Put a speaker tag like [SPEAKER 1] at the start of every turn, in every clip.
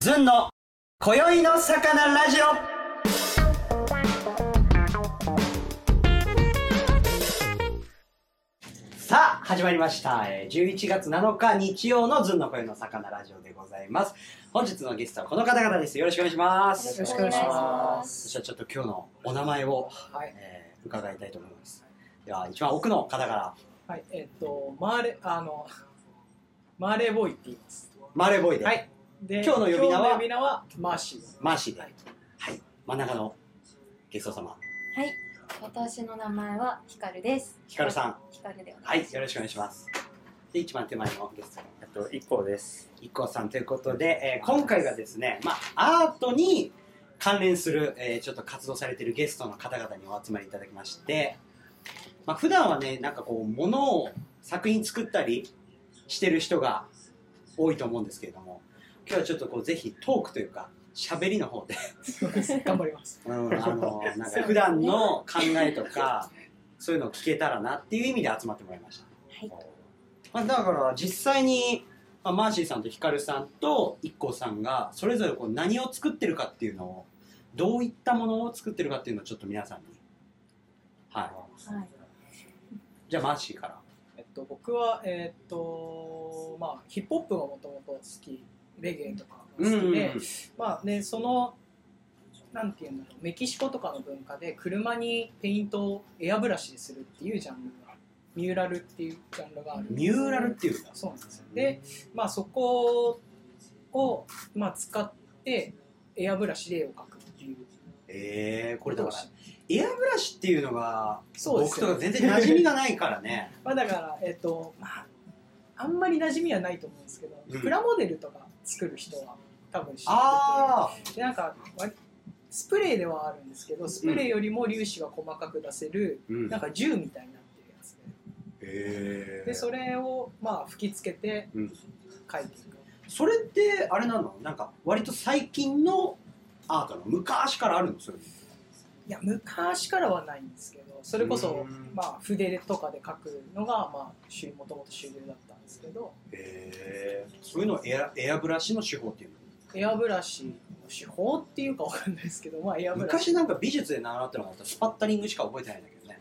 [SPEAKER 1] ずんの今宵の魚ラジオさあ始まりましたえー11月7日日曜のずんの今宵の魚ラジオでございます本日のゲストはこの方々ですよろしくお願いします
[SPEAKER 2] よろしくお願いします
[SPEAKER 1] そしたらちょっと今日のお名前を、
[SPEAKER 2] はい
[SPEAKER 1] えー伺いたいと思いますでは一番奥の方から
[SPEAKER 2] はい、えっ、と、マーレ、あの、マーレーボーイって言います。
[SPEAKER 1] マーレーボーイで、
[SPEAKER 2] はい。で
[SPEAKER 1] 今日の呼び名は
[SPEAKER 2] 今日の呼び名はマーシー。
[SPEAKER 1] マーシーではい真ん中のゲスト様
[SPEAKER 3] はい、私の名前はヒカルです。
[SPEAKER 1] ヒカルさん
[SPEAKER 3] ヒカルで
[SPEAKER 1] は
[SPEAKER 3] お願い
[SPEAKER 1] い
[SPEAKER 3] し、ます。
[SPEAKER 1] よろしくお願いします。で、一番手前のゲストの
[SPEAKER 4] えっと、一方です。
[SPEAKER 1] i k さんということで、えー今回はですね、まあ、アートに関連する、えーちょっと活動されているゲストの方々にお集まりいただきまして、まあ、普段はね、なんかこう、ものを作品作ったりしてる人が多いと思うんですけれども、今日はちょっとこう、ぜひトークというか、喋りの方で、
[SPEAKER 2] 頑張ります。
[SPEAKER 1] うん、あの、なんか普段の考えとか、そういうのを聞けたらなっていう意味で集まってもらいました。
[SPEAKER 3] はい、
[SPEAKER 1] まあ、だから実際に、まあ、マーシーさんとヒカルさんと IKKO さんがそれぞれこう何を作ってるかっていうのをどういったものを作ってるかっていうのをちょっと皆さんにはい
[SPEAKER 3] はい、
[SPEAKER 1] じゃあマーシーから
[SPEAKER 2] えっと、僕は、えっと、まあ、ヒップホップがもともと好き、レゲエとかが好きで、まあね、その、なんていうんだろう、メキシコとかの文化で車にペイントをエアブラシでするっていうジャンルが、ミューラルっていうジャンルがあるんです
[SPEAKER 1] ミューラルっていうんだ
[SPEAKER 2] そうなんですよ。で、まあ、そこを、まあ、使ってエアブラシで絵を描くっていう
[SPEAKER 1] えー、これだ
[SPEAKER 2] ど
[SPEAKER 1] か
[SPEAKER 2] う
[SPEAKER 1] ら
[SPEAKER 2] し
[SPEAKER 1] エアブラシっていうのが
[SPEAKER 2] そうで
[SPEAKER 1] 僕
[SPEAKER 2] す
[SPEAKER 1] と
[SPEAKER 2] よ
[SPEAKER 1] か全然馴染みがないからね
[SPEAKER 2] まあ、だから、えっとまあ、あんまり馴染みはないと思うんですけど、
[SPEAKER 1] うん
[SPEAKER 2] プラモデルとか作る人は多 分知って
[SPEAKER 1] ああ
[SPEAKER 2] てでなんかわスプレーではあるんですけどスプレーよりも粒子が細かく出せる、
[SPEAKER 1] うん
[SPEAKER 2] なんか銃みたいになってるやつ
[SPEAKER 1] え
[SPEAKER 2] で
[SPEAKER 1] ー、
[SPEAKER 2] でそれを、まあ、吹きつけて
[SPEAKER 1] うん
[SPEAKER 2] 描いていく
[SPEAKER 1] それってあれなのなんか割と最近のアートなの昔からあるのそれ
[SPEAKER 2] いや昔からはないんですけどそれこそ
[SPEAKER 1] うん、
[SPEAKER 2] まあ、筆とかで描くのが、まあ、主もともと主流だったんですけど
[SPEAKER 1] へえそういうのをエアエアブラシの手法っていうの
[SPEAKER 2] エアブラシの手法っていうかわかんないですけど、まあ、エアブラシ
[SPEAKER 1] 昔なんか美術で習ってなかったスパッタリングしか覚えてないんだけど ね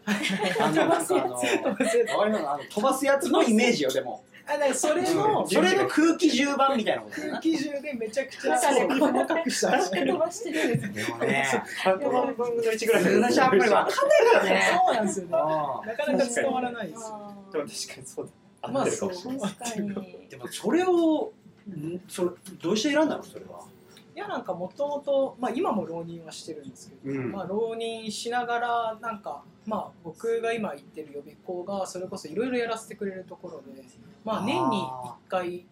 [SPEAKER 1] あのなんかあの
[SPEAKER 2] 忘れた
[SPEAKER 1] わかりますあの飛ばすやつのイメージよでも
[SPEAKER 2] あだからそれ
[SPEAKER 1] うん
[SPEAKER 2] の
[SPEAKER 1] それの空気重版みたいなことだよ
[SPEAKER 2] 空
[SPEAKER 1] ね
[SPEAKER 2] 気中でめちゃくちゃ
[SPEAKER 3] おしゃれ
[SPEAKER 2] 細かくしたんです
[SPEAKER 3] 飛ばしてるんです。
[SPEAKER 1] でもね
[SPEAKER 4] 半分の1ぐらい
[SPEAKER 1] 普通の人はやっぱり分かんないからね
[SPEAKER 2] そうなんですよね
[SPEAKER 1] あ
[SPEAKER 2] なかなか伝わらないですよ
[SPEAKER 3] あ
[SPEAKER 4] でも
[SPEAKER 3] ー
[SPEAKER 4] 確かにそうだ。
[SPEAKER 2] ま
[SPEAKER 4] 合
[SPEAKER 2] あ
[SPEAKER 4] ってる
[SPEAKER 2] そ
[SPEAKER 4] かも
[SPEAKER 2] う
[SPEAKER 4] しれない。
[SPEAKER 3] 確かに
[SPEAKER 1] ー。でもそれをんそれどうして選んだのそれはい
[SPEAKER 2] やなんかもともとまあ今も浪人はしてるんですけど、
[SPEAKER 1] うん
[SPEAKER 2] まあ、浪人しながらなんかまあ僕が今行ってる予備校がそれこそいろいろやらせてくれるところでまあ年に1回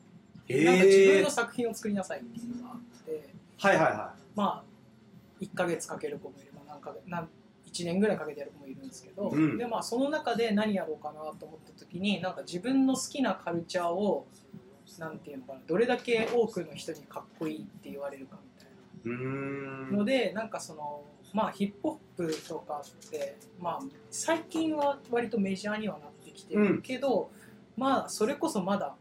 [SPEAKER 2] なんか自分
[SPEAKER 1] え
[SPEAKER 2] の作品を作りなさいっていうのがあって、
[SPEAKER 1] はいはいは
[SPEAKER 2] まあ、1ヶ月かける子もいれば何か何1年ぐらいかけてやる子もいるんですけど、
[SPEAKER 1] うん
[SPEAKER 2] でまあ、その中で何やろうかなと思った時になんか自分の好きなカルチャーをなんていうのかなどれだけ多くの人にかっこいいって言われるかみたいな。
[SPEAKER 1] いうー
[SPEAKER 2] の
[SPEAKER 1] ん
[SPEAKER 2] でなんかそのまあヒップホップとかってまあ最近は割とメジャーにはなってきて
[SPEAKER 1] うん
[SPEAKER 2] るけど、まあそれこそまだ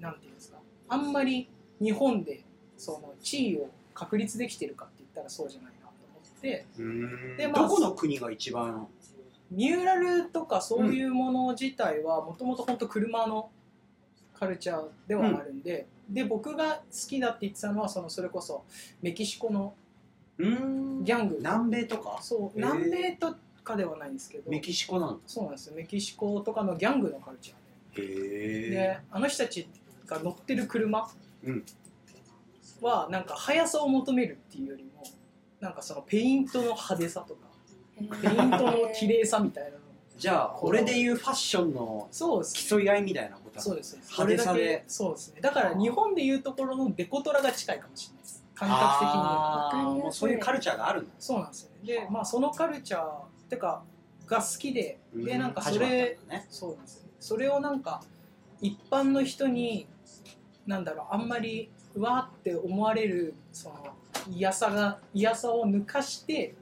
[SPEAKER 2] なんていうんですかあんまり日本でその地位を確立できてるかって言ったらそうじゃないなと思って
[SPEAKER 1] うーん
[SPEAKER 2] でまあ
[SPEAKER 1] どこの国が一番
[SPEAKER 2] ミューラルとかそういうもの自体はもともと本当車のカルチャーではあるんで、で僕が好きだって言ってたのはそのそれこそメキシコの
[SPEAKER 1] うーん
[SPEAKER 2] ギャング
[SPEAKER 1] 南米とか
[SPEAKER 2] そう
[SPEAKER 1] へー
[SPEAKER 2] 南米とかではないんですけど
[SPEAKER 1] メキシコなんだ
[SPEAKER 2] そうなんですよメキシコとかのギャングのカルチャ
[SPEAKER 1] へ
[SPEAKER 2] ー
[SPEAKER 1] え
[SPEAKER 2] でであの人たちが乗ってる車
[SPEAKER 1] うん
[SPEAKER 2] はなんか速さを求めるっていうよりもなんかそのペイントの派手さとか ペイントの綺麗さみたいなの
[SPEAKER 1] じゃあ
[SPEAKER 2] こう
[SPEAKER 1] 俺でいうファッションの
[SPEAKER 2] そうです
[SPEAKER 1] 競
[SPEAKER 2] ね
[SPEAKER 1] い合いみたいなこと
[SPEAKER 2] そう
[SPEAKER 1] う
[SPEAKER 2] です
[SPEAKER 1] 派手さで
[SPEAKER 2] これだけそうですねだから日本でいうところのデコトラが近いかもしれないです感覚的には
[SPEAKER 1] あ
[SPEAKER 3] わかり
[SPEAKER 1] ー
[SPEAKER 3] やすい
[SPEAKER 1] もうそういうカルチャーがあるんだ
[SPEAKER 2] そうなんですよねでまあそのカルチャーってかが好きででなんかそ
[SPEAKER 1] 始ま
[SPEAKER 2] れ
[SPEAKER 1] ったんだね
[SPEAKER 2] そうなんですよねそれをなんか一般の人になんだろうあんまりうわーって思われるその嫌さが嫌さを抜かして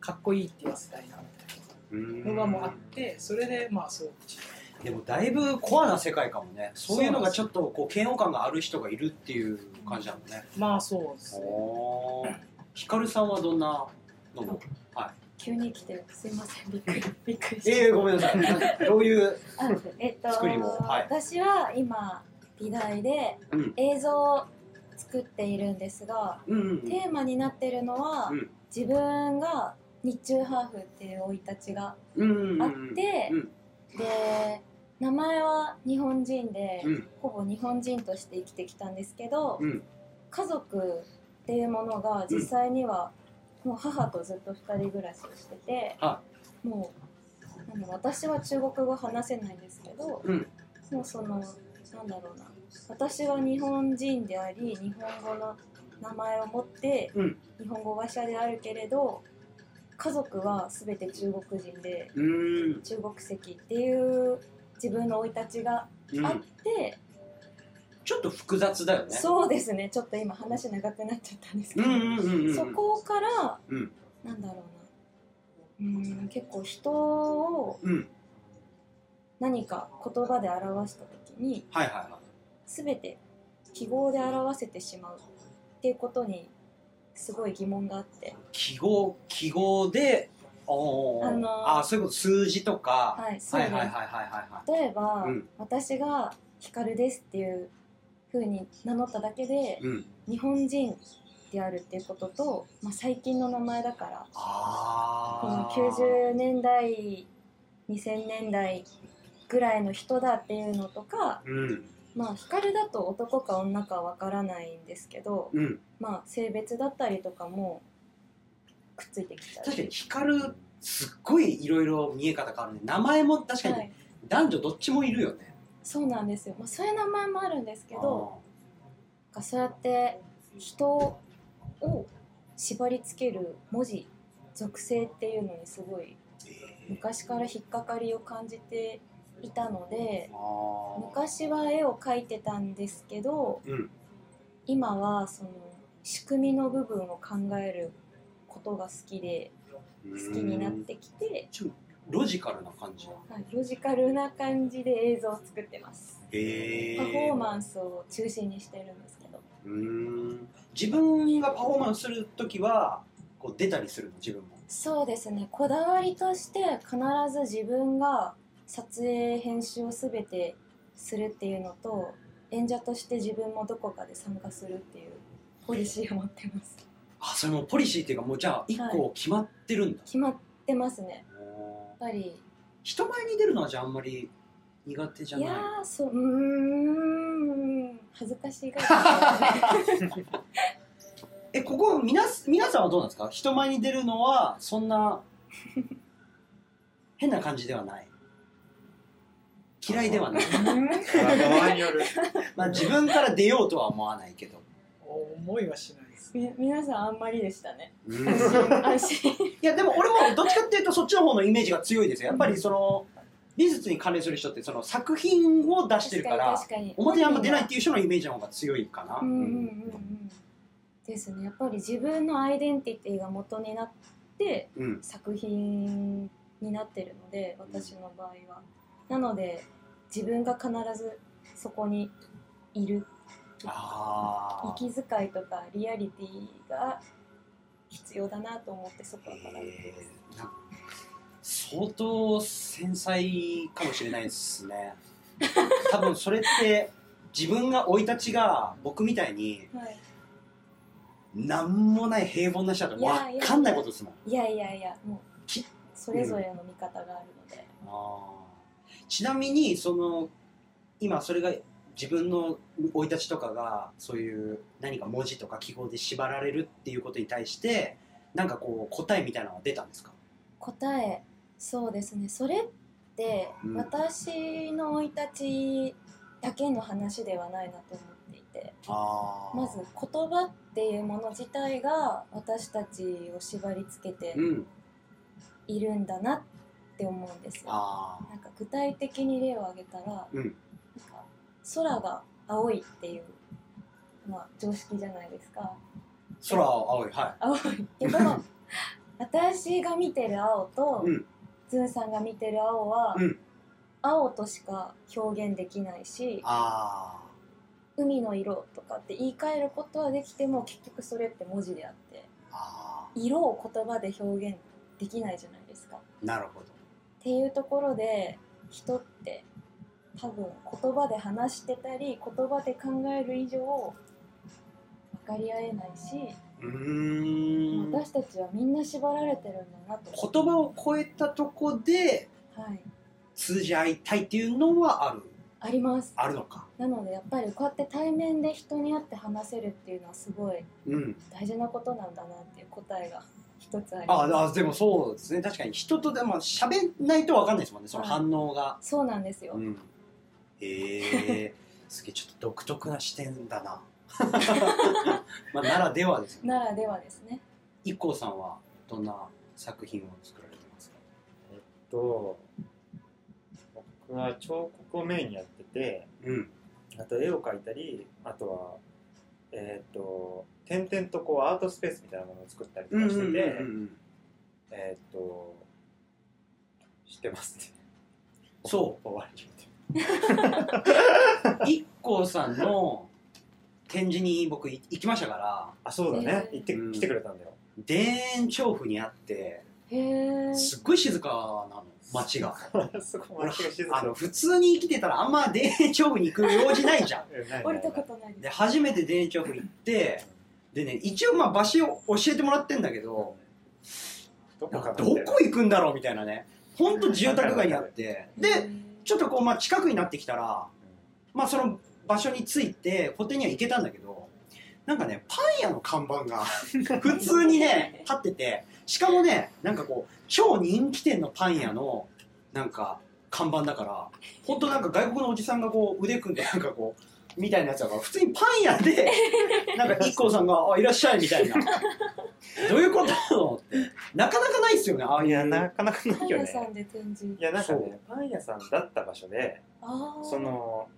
[SPEAKER 2] かっこいいって言わせたいなみたいなのがもうあってそれでまあそう
[SPEAKER 1] でもだいぶコアな世界かもねそういうのがちょっとこう嫌悪感がある人がいるっていう感じなのね
[SPEAKER 2] まあそうですね
[SPEAKER 1] おーひかるさんはどんなのも
[SPEAKER 3] 急に来てすいませんびっくりびっくりし
[SPEAKER 1] ええ
[SPEAKER 3] た
[SPEAKER 1] ごめんなさいどういう
[SPEAKER 3] あえっと
[SPEAKER 1] 作りもはい
[SPEAKER 3] 私は今美大で
[SPEAKER 1] うん
[SPEAKER 3] 映像を作っているんですが、
[SPEAKER 1] うんうんうん
[SPEAKER 3] テーマになってるのは、
[SPEAKER 1] うん
[SPEAKER 3] 自分が日中ハーフっていう生い立ちが
[SPEAKER 1] うんうんうん
[SPEAKER 3] あって
[SPEAKER 1] うん
[SPEAKER 3] で名前は日本人で、
[SPEAKER 1] うん
[SPEAKER 3] ほぼ日本人として生きてきたんですけど、
[SPEAKER 1] うん
[SPEAKER 3] 家族っていうものが実際には、もう母とずっと2人暮らしをしてて、
[SPEAKER 1] は
[SPEAKER 3] もうなんだろう私は中国語話せないんですけど、
[SPEAKER 1] うん
[SPEAKER 3] もうそのなんだろうな私は日本人であり日本語の名前を持って、
[SPEAKER 1] うん
[SPEAKER 3] 日本語話者であるけれど家族は全て中国人で。
[SPEAKER 1] うーん
[SPEAKER 3] 中国籍っていう自分の生い立ちが
[SPEAKER 1] う
[SPEAKER 3] あっ
[SPEAKER 1] ん
[SPEAKER 3] て、
[SPEAKER 1] ちょっと複雑だよね
[SPEAKER 3] そうですねちょっと今話長くなっちゃったんですけ
[SPEAKER 1] う
[SPEAKER 3] ど、
[SPEAKER 1] んうんうんうん
[SPEAKER 3] そこから、
[SPEAKER 1] うん
[SPEAKER 3] なんだろうなうん結構人を
[SPEAKER 1] うん
[SPEAKER 3] 何か言葉で表した時に
[SPEAKER 1] はいはいはい
[SPEAKER 3] 全て記号で表せてしまうっていうことにすごい疑問があって
[SPEAKER 1] 記号記号でおー
[SPEAKER 3] あのー
[SPEAKER 1] あーそういうこと数字とか、
[SPEAKER 3] はいそう
[SPEAKER 1] はい
[SPEAKER 3] で
[SPEAKER 1] は
[SPEAKER 3] す
[SPEAKER 1] いはいはいはいは
[SPEAKER 3] 例えば、
[SPEAKER 1] うん
[SPEAKER 3] 私が「ヒカルです」っていうふうに名乗っただけで、
[SPEAKER 1] いうん
[SPEAKER 3] 日本人であるっていうことと、まあ、最近の名前だからこの
[SPEAKER 1] ああ
[SPEAKER 3] 90年代2000年代ぐらいの人だっていうのとか
[SPEAKER 1] うん
[SPEAKER 3] まあ光だと男か女かわからないんですけど、
[SPEAKER 1] うん
[SPEAKER 3] まあ、性別だったりとかもくっついてきちゃう
[SPEAKER 1] 確かに光るすっごいいろいろ見え方変わるね名前も確か
[SPEAKER 3] は
[SPEAKER 1] に
[SPEAKER 3] い、
[SPEAKER 1] 男女どっちもいるよね、
[SPEAKER 3] そうなんですよ、まあ、そういう名前もあるんですけど
[SPEAKER 1] あ
[SPEAKER 3] なんかそうやって人を縛りつける文字属性っていうのにすごい
[SPEAKER 1] ーえ
[SPEAKER 3] 昔から引っかかりを感じていたので
[SPEAKER 1] ーあー
[SPEAKER 3] 昔は絵を描いてたんですけど
[SPEAKER 1] うん
[SPEAKER 3] 今はその仕組みの部分を考えることが好きで
[SPEAKER 1] う
[SPEAKER 3] 好
[SPEAKER 1] ーん
[SPEAKER 3] きになってきて、
[SPEAKER 1] ちょっとロジカルな感じ
[SPEAKER 3] はい、ロジカルな感じで映像を作ってます
[SPEAKER 1] え
[SPEAKER 3] パフォーマ
[SPEAKER 1] ン
[SPEAKER 3] ンスを中心にしてるんですけど
[SPEAKER 1] うーん自分がパフォーマンスするときはこう出たりするの自分も
[SPEAKER 3] そうですねこだわりとして必ず自分が撮影編集を全てするっていうのと演者として自分もどこかで参加するっていうポリシーを持ってます
[SPEAKER 1] あそれもポリシーっていうかもうじゃあ一個決まってるんだ、
[SPEAKER 3] 決まってますね
[SPEAKER 1] おー
[SPEAKER 3] やっぱり
[SPEAKER 1] 人前に出るのはじゃああんまり苦手じゃ
[SPEAKER 3] い
[SPEAKER 1] ない
[SPEAKER 3] やーそううーん恥ずかしいから、
[SPEAKER 1] えここ皆す皆さんはどうなんですか人前に出るのはそん な変な感じではない嫌いではない、
[SPEAKER 4] 場合による。
[SPEAKER 1] まあ、自分から出ようとは思わないけ ど、
[SPEAKER 2] 思いはしないです
[SPEAKER 3] み皆さんあんまりでしたね
[SPEAKER 1] うんい
[SPEAKER 3] 安心安心
[SPEAKER 1] やでも俺もどっちかっていうとそっちの方のイメージが強いですよやっぱりその美術に関連する人ってその作品を出してるから
[SPEAKER 3] 確かに
[SPEAKER 1] 表にあんま出ないっていう人のイメージの方が強いかな、
[SPEAKER 3] うんうんうんうんですねやっぱり自分のアイデンティティが元になって
[SPEAKER 1] うん
[SPEAKER 3] 作品になってるので私の場合はなので自分が必ずそこにいる
[SPEAKER 1] ああ
[SPEAKER 3] 息遣いとかリアリティが必要だなと思ってそこから見てます
[SPEAKER 1] えーな相当繊細かもしれないですね多分それって自分が生い立ちが僕みたいに
[SPEAKER 3] はい
[SPEAKER 1] 何もない平凡な人だと
[SPEAKER 3] いやい
[SPEAKER 1] 分
[SPEAKER 3] や
[SPEAKER 1] かんないことですもん
[SPEAKER 3] いやいやいやもう
[SPEAKER 1] き
[SPEAKER 3] それぞれの見方があるので、
[SPEAKER 1] あーちなみにその今それが自分の生い立ちとかがそういう何か文字とか記号で縛られるっていうことに対してなんかこう答えみたいなのは出たんですか
[SPEAKER 3] 答えそうですねそれって
[SPEAKER 1] うん
[SPEAKER 3] 私の生い立ちだけの話ではないなと思っていて
[SPEAKER 1] あ
[SPEAKER 3] まず言葉っていうもの自体が私たちを縛りつけて
[SPEAKER 1] うん
[SPEAKER 3] いるんだなって思うんですよ。
[SPEAKER 1] あ
[SPEAKER 3] なんか具体的に例を挙げたら、
[SPEAKER 1] うん
[SPEAKER 3] なんか空が青いっていう、まあ、常識じゃないですか
[SPEAKER 1] ー空青いは
[SPEAKER 3] 青いけど私が見てる青と、
[SPEAKER 1] うん
[SPEAKER 3] ズンさんが見てる青は、
[SPEAKER 1] うん
[SPEAKER 3] 青としか表現できないし
[SPEAKER 1] あ
[SPEAKER 3] 海の色とかって言い換えることはできても結局それって文字であって
[SPEAKER 1] ああ
[SPEAKER 3] 色を言葉で表現できないじゃないですか。っ
[SPEAKER 1] あなるほど
[SPEAKER 3] ていうところで人って多分言葉で話してたり言葉で考える以上分かり合えないし、
[SPEAKER 1] うーん
[SPEAKER 3] 私たちはみんな縛られてるんだなと。
[SPEAKER 1] 言葉を超えたとこで
[SPEAKER 3] はい
[SPEAKER 1] 通じ合いたいっていうのはある
[SPEAKER 3] あります
[SPEAKER 1] あるのか
[SPEAKER 3] なのでやっぱりこうやって対面で人に会って話せるっていうのはすごい
[SPEAKER 1] うん
[SPEAKER 3] 大事なことなんだなっていう答えが一つあり
[SPEAKER 1] あ
[SPEAKER 3] ま
[SPEAKER 1] あ
[SPEAKER 3] す
[SPEAKER 1] でもそうですね確かに人とでも喋んないと分かんないですもんねその反応が、
[SPEAKER 3] そうなんですよ、
[SPEAKER 1] うんへえすげえちょっと独特な視点だ なまあならではですよね
[SPEAKER 3] ならではですね
[SPEAKER 1] i k さんはどんな作品を作られてますか
[SPEAKER 4] と僕は彫刻をメインにやってて
[SPEAKER 1] うん
[SPEAKER 4] あと絵を描いたりあとはえっ、と点々とこうアートスペースみたいなものを作ったりとかしてて、
[SPEAKER 1] うん
[SPEAKER 4] えっ、と知ってますね
[SPEAKER 1] そう
[SPEAKER 4] 終わりみたいな
[SPEAKER 1] i k さんの展示に僕い行きましたから
[SPEAKER 4] あそうだね
[SPEAKER 3] えー
[SPEAKER 4] 行って、
[SPEAKER 1] うん
[SPEAKER 4] 来てくれたんだよ
[SPEAKER 1] 田園調布にあって
[SPEAKER 3] へえ
[SPEAKER 1] すっごい静かなの街が
[SPEAKER 4] そこ
[SPEAKER 1] 俺
[SPEAKER 4] 街が静
[SPEAKER 1] あ
[SPEAKER 4] か
[SPEAKER 1] の普通に生きてたらあんま田園調布に行く用事ないじゃん
[SPEAKER 4] えない
[SPEAKER 3] 降りた
[SPEAKER 4] ない
[SPEAKER 3] ことないです
[SPEAKER 1] で初めて田園調布行ってでね一応まあ場所を教えてもらってんだけど
[SPEAKER 4] どこ
[SPEAKER 1] なん
[SPEAKER 4] か
[SPEAKER 1] か
[SPEAKER 4] な
[SPEAKER 1] どこ行くんだろうみたいなねほんと住宅街にあって
[SPEAKER 3] へ
[SPEAKER 1] で
[SPEAKER 3] ー
[SPEAKER 1] ちょっとこうまあ近くになってきたらまあその場所について固定には行けたんだけどなんかねパン屋の看板が普通にね立っててしかもねなんかこう超人気店のパン屋のなんか看板だから本当なんか外国のおじさんがこう腕組んでなんかこうみたいなやつだから普通にパン屋でなんか IKKO さんが「あいらっしゃい」みたいなどういうことと思ってなかなかないですよねああ
[SPEAKER 4] うん
[SPEAKER 1] い
[SPEAKER 4] いや
[SPEAKER 1] う
[SPEAKER 4] なかなかな
[SPEAKER 3] パ
[SPEAKER 4] い
[SPEAKER 3] ン
[SPEAKER 4] よ
[SPEAKER 3] 屋さ
[SPEAKER 4] ね
[SPEAKER 3] んで展示
[SPEAKER 4] いやなんか
[SPEAKER 1] そ
[SPEAKER 4] ねパン屋さんだった場所で
[SPEAKER 3] ああ
[SPEAKER 4] その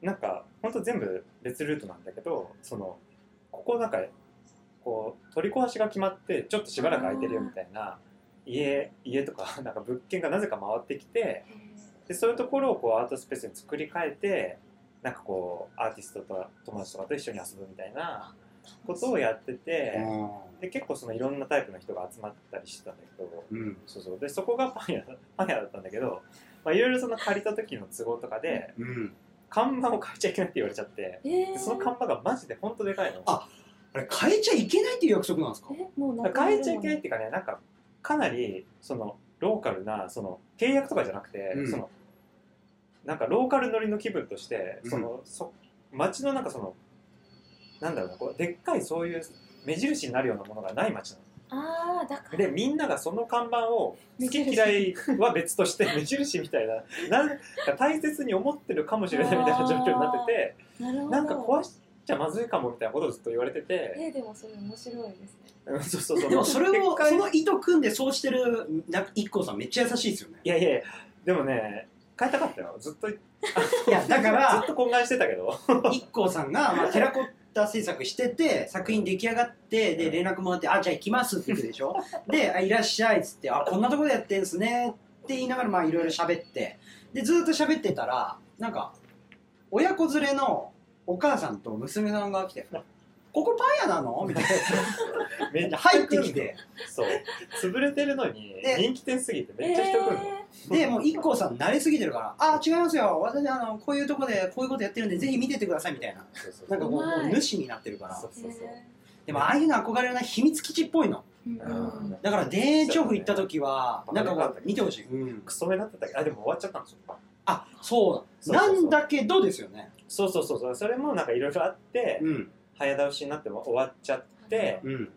[SPEAKER 4] なんかほんと全部別ルートなんだけどそのここなんかこう取り壊しが決まってちょっとしばらく空いてるよみたいな家家とか なんか物件がなぜか回ってきてでそういうところをこうアートスペースに作り変えてなんかこうアーティストと友達とかと一緒に遊ぶみたいなことをやって
[SPEAKER 1] う
[SPEAKER 4] て
[SPEAKER 1] ん
[SPEAKER 4] で結構そのいろんなタイプの人が集まったりしてたんだけど
[SPEAKER 1] うん
[SPEAKER 4] そうそうでそこがパン屋パン屋だったんだけど、まあ、いろいろその借りた時の都合とかで
[SPEAKER 1] うん
[SPEAKER 4] 看板を変えちゃいけないって言われちゃって
[SPEAKER 3] えー
[SPEAKER 4] でその看板がマジで本当でかいの
[SPEAKER 1] ああれ変えちゃいけないっていう約束なんですか
[SPEAKER 3] えもうな
[SPEAKER 4] だから変えちゃいけないっていうかねなんかかなりそのローカルなその契約とかじゃなくて、
[SPEAKER 1] うん
[SPEAKER 4] そのなんかローカル乗りの気分として
[SPEAKER 1] うん
[SPEAKER 4] その、そ街のなんかそのなんだろうなこうでっかいそういう目印になるようなものがない街な
[SPEAKER 3] ああだか
[SPEAKER 4] の
[SPEAKER 3] ら
[SPEAKER 4] でみんながその看板を好き嫌いは別 として目印みたいななんか大切に思ってるかもしれないみたいな状況になってて。
[SPEAKER 3] なるほど
[SPEAKER 4] なんか壊しちゃまずいかもみたいなことをずっと言われてて、
[SPEAKER 3] えーでもそれ面白いですね
[SPEAKER 4] うん そうそうそう
[SPEAKER 1] でもそれ
[SPEAKER 4] 結
[SPEAKER 1] を
[SPEAKER 4] 果
[SPEAKER 1] その意図組んでそうしてるなんか IKKO さんめっちゃ優しいですよね
[SPEAKER 4] いやいやいやでもね変えたかったよずっとい
[SPEAKER 1] いやだか
[SPEAKER 4] ずっ
[SPEAKER 1] ら
[SPEAKER 4] と懇願してたけ ど
[SPEAKER 1] IKKO さんが、まあ、テラコッタ制作してて作品出来上がってで連絡もらって「あじゃあ行きます」って言うで しょであ「いらっしゃい」っつって「あこんなとこでやってんすね」って言いながらまあいろいろ喋ってでずっと喋ってたらなんか親子連れのお母さんと娘さんが来て「ここパン屋なの?」みたい
[SPEAKER 4] めっち
[SPEAKER 1] な
[SPEAKER 4] ゃ
[SPEAKER 1] 入ってきて
[SPEAKER 4] そう潰れてるのに
[SPEAKER 1] で
[SPEAKER 4] 人気店すぎてめっちゃ人来るの、
[SPEAKER 1] でもう IKKO さん慣れすぎてるから「あ違いますよ私あのこういうとこでこういうことやってるんでぜひ見てってください」みたいな
[SPEAKER 4] そうそう
[SPEAKER 1] なんかもう
[SPEAKER 3] うまい
[SPEAKER 1] もう主になってるから
[SPEAKER 4] そうそうそう、
[SPEAKER 1] でもああいうの憧れるな秘密基地っぽいの
[SPEAKER 3] えーうんうん
[SPEAKER 1] だから田園調布行った時は
[SPEAKER 4] そう
[SPEAKER 1] な
[SPEAKER 4] だ
[SPEAKER 1] ん
[SPEAKER 4] ね
[SPEAKER 1] かこう見てほしい、うん
[SPEAKER 4] クソ目だってたけどあでも終わっちゃったんですよ
[SPEAKER 1] あそう
[SPEAKER 4] そう
[SPEAKER 1] だ
[SPEAKER 4] そう
[SPEAKER 1] な
[SPEAKER 4] そうん
[SPEAKER 1] だけどですよね
[SPEAKER 4] そうそうそうそうそれもなんかいろいろあって、
[SPEAKER 1] うん
[SPEAKER 4] 早倒しになっても終わっちゃって
[SPEAKER 1] うん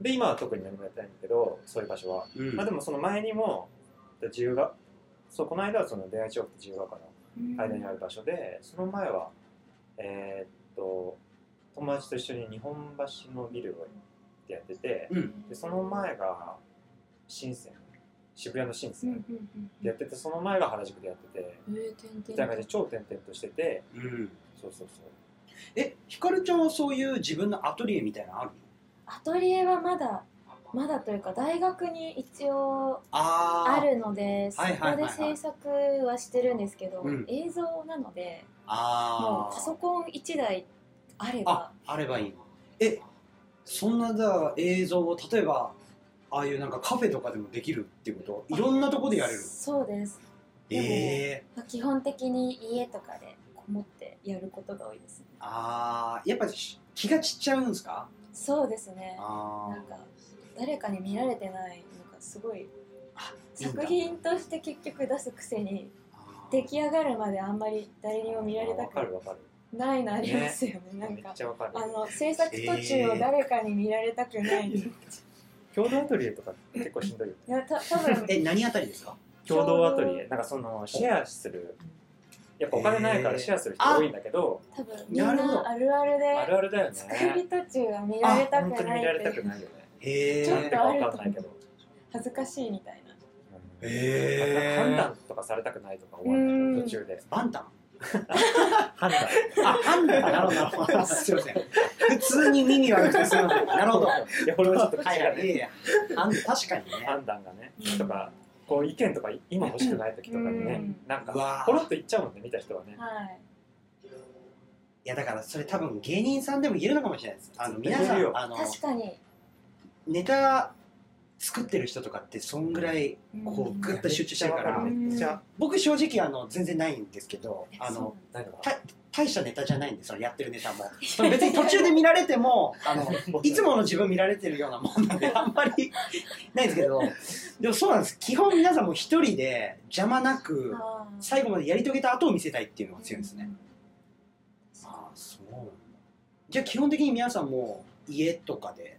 [SPEAKER 4] で今は特に何もやってないんだけどそういう場所は
[SPEAKER 1] うん
[SPEAKER 4] まあでもその前にも自由がそうこの間はその恋愛調布と自由が丘の間にある場所で、その前はえーっと友達と一緒に日本橋のビルをやってて
[SPEAKER 1] うん
[SPEAKER 4] でその前が深セン渋谷の深セ
[SPEAKER 3] うんう
[SPEAKER 4] ン
[SPEAKER 3] んうん
[SPEAKER 4] でやっててその前が原宿でやってて
[SPEAKER 3] えー点々
[SPEAKER 4] みたいな感じで超転々としてて
[SPEAKER 1] うん
[SPEAKER 4] そうそうそう
[SPEAKER 1] えひかるちゃんはそういう自分のアトリエみたいなのある
[SPEAKER 3] アトリエはまだまだというか大学に一応
[SPEAKER 1] あー
[SPEAKER 3] あるのでそこ
[SPEAKER 1] はいはいはい
[SPEAKER 3] で
[SPEAKER 1] はい
[SPEAKER 3] 制作はしてるんですけど、
[SPEAKER 1] うん
[SPEAKER 3] 映像なのでも
[SPEAKER 1] あ
[SPEAKER 3] う
[SPEAKER 1] ー
[SPEAKER 3] パソコン1台あれば
[SPEAKER 1] ああればいいのえそんなだから映像を例えばああいうなんかカフェとかでもできるっていうこといろんなとこでやれる
[SPEAKER 3] そうですでも
[SPEAKER 1] ええ
[SPEAKER 3] まあ基本的に家とかでこもってやることが多いですね
[SPEAKER 1] あーやっぱし気が散っちゃうんですか
[SPEAKER 3] そうですね
[SPEAKER 1] あ
[SPEAKER 3] なんか誰かに見られてないのがすごい
[SPEAKER 1] あ
[SPEAKER 3] 作品として結局出すくせに出来上がるまであんまり誰にも見られた
[SPEAKER 4] わか
[SPEAKER 3] く
[SPEAKER 4] るわかる
[SPEAKER 3] ないのありますよねなん
[SPEAKER 4] めっ
[SPEAKER 3] か
[SPEAKER 4] ちゃわかる
[SPEAKER 3] あの制作途中を誰かに見られたくない、
[SPEAKER 4] 共同アトリエとか結構しんどいよね
[SPEAKER 3] いやた多分
[SPEAKER 1] え何あたりですか
[SPEAKER 4] 共同アトリエなんかそのシェアするやっぱお金ないからシェアする人多いんだけど、
[SPEAKER 3] 多分みん
[SPEAKER 1] なるほど
[SPEAKER 3] なあるある
[SPEAKER 4] ある
[SPEAKER 3] で
[SPEAKER 4] あるだよ
[SPEAKER 3] 作り
[SPEAKER 4] ね
[SPEAKER 3] 途中は見られた
[SPEAKER 4] 本当
[SPEAKER 3] く
[SPEAKER 4] に
[SPEAKER 3] ない
[SPEAKER 4] 見られた
[SPEAKER 3] っ
[SPEAKER 4] く
[SPEAKER 3] て
[SPEAKER 4] ないよね
[SPEAKER 1] へ
[SPEAKER 3] ちょっ
[SPEAKER 1] え
[SPEAKER 4] なん
[SPEAKER 3] と
[SPEAKER 4] てかわかんないけど、
[SPEAKER 3] 恥ずかしいみたいな
[SPEAKER 1] へー
[SPEAKER 4] 判断とかされたくないとか思わ
[SPEAKER 3] う
[SPEAKER 4] ない
[SPEAKER 3] ん
[SPEAKER 4] 途中で
[SPEAKER 1] バンタン
[SPEAKER 4] 判 断
[SPEAKER 1] あ、パンダなるほど、なるほど。 すいません。普通に耳悪くてすいません。なるほど。
[SPEAKER 4] いや俺はちょっと口が
[SPEAKER 1] はい
[SPEAKER 4] ね、
[SPEAKER 1] はい、いやいや。あん確かにね。
[SPEAKER 4] 判断がね
[SPEAKER 3] うん
[SPEAKER 4] とかこう意見とか今欲しくない時とかにね、
[SPEAKER 3] うん
[SPEAKER 4] なん
[SPEAKER 1] うわ
[SPEAKER 4] か
[SPEAKER 1] ー
[SPEAKER 4] ポロッと言っちゃうもんね見た人はね
[SPEAKER 3] はい
[SPEAKER 1] いや、だからそれ多分芸人さんでも言えるのかもしれないです。あの、皆さ
[SPEAKER 4] 言える
[SPEAKER 1] ん、
[SPEAKER 4] よ
[SPEAKER 1] あの、
[SPEAKER 3] 確かに
[SPEAKER 1] ネタ作ってる人とかって、そんぐらい、こう、ぐっと集中してるから
[SPEAKER 3] う、ん
[SPEAKER 4] めっちゃ
[SPEAKER 1] 僕正直、あの、全然ないんですけど、あの、
[SPEAKER 4] ないのか
[SPEAKER 1] た大したネタじゃないんですよ、やってるネタ も。その別に途中で見られても、あの、いつもの自分見られてるようなもんなんで、あんまりないんですけど、でもそうなんです。基本皆さんもう一人で邪魔なく、最後までやり遂げた後を見せたいっていうのが強いんですね。ああ、そうなんだ。じゃあ基本的に皆さんもう家とかで、